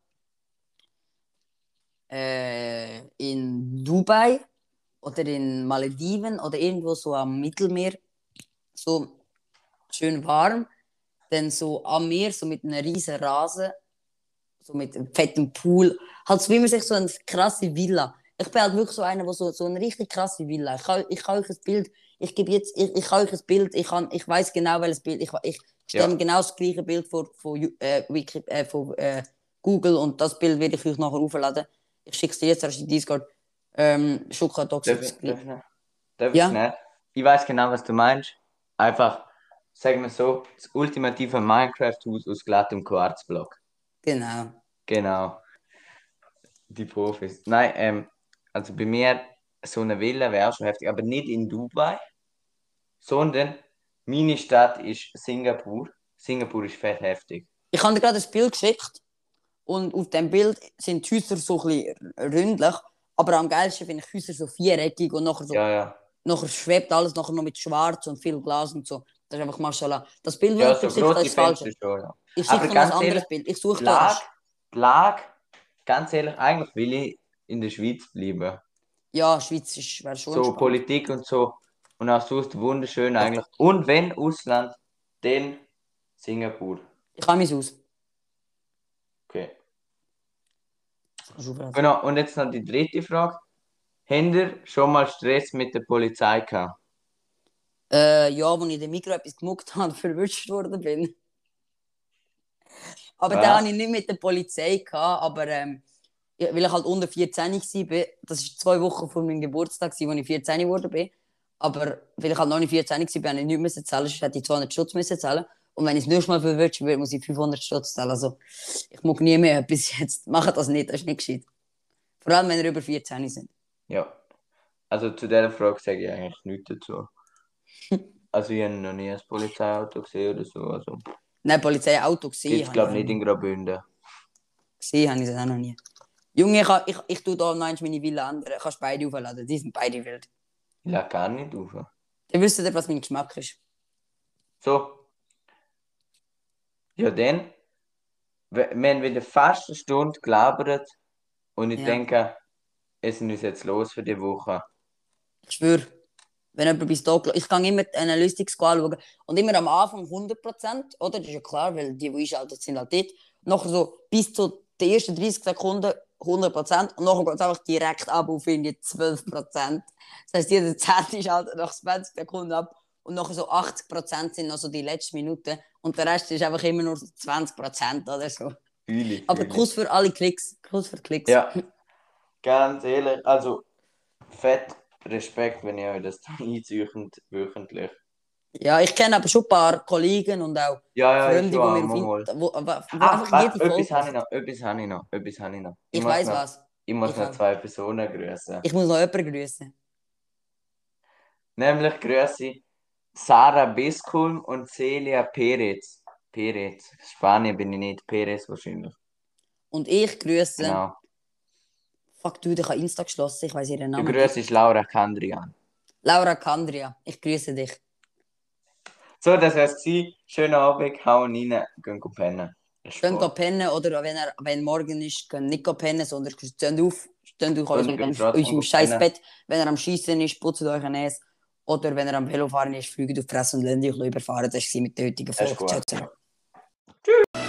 Äh, in Dubai oder in Malediven oder irgendwo so am Mittelmeer. So schön warm. Dann so am Meer, so mit einem riesen Rasen, so mit einem fetten Pool. Halt so wie man sich so eine krasse Villa. Ich bin halt wirklich so einer, der so, so eine richtig krasse Villa. Ich kann, ich kann euch ein Bild, ich gebe jetzt, ich, ich kann euch ein Bild, ich, kann, ich weiß genau welches Bild. Ich, ich Ja. stelle mir genau das gleiche Bild vor von, Ju- äh, Wiki, äh, von äh, Google und das Bild werde ich euch nachher aufladen. Ich schicke es dir jetzt erst in Discord. Ähm, Schuka, Darf Toxic. ich, darf ich, noch? darf Ja. ich schnell? Ich weiß genau, was du meinst. Einfach, sagen wir so, das ultimative Minecraft-Haus aus glattem Quarzblock. Genau. Genau. Die Profis. Nein, ähm, also bei mir so eine Villa wäre auch schon heftig, aber nicht in Dubai, sondern meine Stadt ist Singapur. Singapur ist fett heftig. Ich habe dir gerade ein Bild geschickt und auf dem Bild sind die Häuser so ein bisschen ründlich, aber am geilsten finde ich Häuser so viereckig und nachher so Ja, ja. nachher schwebt alles nachher noch mit Schwarz und viel Glas und so. Das ist einfach Maschallah. Das Bild, Ja, das so ich dir geschickt habe, große ist falsch. Fenster schon. Ja. Ich Aber schicke dir noch ein ganz anderes ehrlich, Bild. Ich suche Die dir Lage, das. die Lage, ganz ehrlich, eigentlich will ich in der Schweiz bleiben. Ja, Schweiz ist- wäre schon So spannend. Politik und so. Und auch sonst wunderschön eigentlich. Und wenn Ausland, dann Singapur. Ich habe mein Haus. Okay. Das kannst du aufladen. Genau, und jetzt noch die dritte Frage. Habt ihr schon mal Stress mit der Polizei gehabt? Äh, ja, als ich in der Mikro etwas gemuckt habe und verwünscht worden bin. Aber Was? da hatte ich nicht mit der Polizei, gehabt, aber ähm, ja, weil ich halt unter 14 war, das war zwei Wochen vor meinem Geburtstag, gewesen, als ich 14 geworden bin. Aber weil ich halt noch nicht 14 war, bin ich nicht müssen zahlen, sonst hätte ich 200 Stutz müssen zahlen. Und wenn ich das nächste Mal verwirrt will, muss ich 500 Stutz zahlen. Also, ich mag nie mehr bis jetzt. Macht das nicht, das ist nicht gescheit. Vor allem, wenn ihr über 14 sind. Ja. Also zu dieser Frage sage ich eigentlich nichts dazu. Also ich habe noch nie ein Polizeiauto gesehen oder so. Also Nein, Polizeiauto gesehen. gibt es glaube ich nicht in Graubünden. Gesehen habe ich es auch noch nie. Junge, ich, ich, ich tue da noch eins meine Villa ändern. Kannst beide aufladen. Die sind beide wild. Ich lag gar nicht auf. Dann wisst ihr, was mein Geschmack ist. So. Ja dann. Wir wir haben wieder fast eine Stunde gelabert. Und ich Ja. denke, es ist jetzt los für die Woche. Ich schwöre. Wenn jemand bis da gel- Ich gehe immer die Analytics anschauen. Und immer am Anfang 100%, oder? Das ist ja klar, weil die, die einschaltet, sind halt dort. Nachher so bis zu den ersten 30 Sekunden 100%. Und nachher geht es einfach direkt ab auf irgendwie 12%. Das heisst, jeder 10. schaltet nach 20 Sekunden ab. Und nachher so 80% sind noch so die letzten Minuten. Und der Rest ist einfach immer nur so 20% oder so. Fühle, Aber fühle. Kuss für alle Klicks. Kuss für Klicks. Ja. Ganz ehrlich, also fett Respekt, wenn ihr euch das dann einzeichnet, wöchentlich. ja, ich kenne aber schon ein paar Kollegen und auch. Ja, ja, Freunde, ich die schon wir auch mal. finden, wo, wo, wo Ach, einfach ach, jede Folge. etwas habe ich noch, etwas habe ich noch, etwas habe ich noch. ich muss weiß noch, was. Ich muss Ich noch auch. zwei Personen grüßen. Ich muss noch jemanden grüßen. Nämlich grüße ich Sarah Biskulm und Celia Perez. Perez. Spanien bin ich nicht, Perez wahrscheinlich. Und ich grüße. Genau. Fuck, du, ich habe Insta geschlossen. Ich weiß ihren Du Namen. nicht. grüßt Laura Kandrian. Laura Kandria. Ich grüße dich. So, das war's. gewesen. Schönen Abend, hauen rein, gehen pennen. Ist Könnt Spaß. ihr pennen oder wenn, er, wenn morgen ist, könnt nicht pennen, sondern steht auf. Steht euch Und aus geht eurem- trotzdem aus eurem pennen. Scheißbett. Wenn er am Schießen ist, putzt euch ein Eis. Oder wenn er am Velofahren ist, fliegt auf die Fresse und lasst euch überfahren. Das war mit der heutigen Das ist Folge. gut. Ciao, ciao.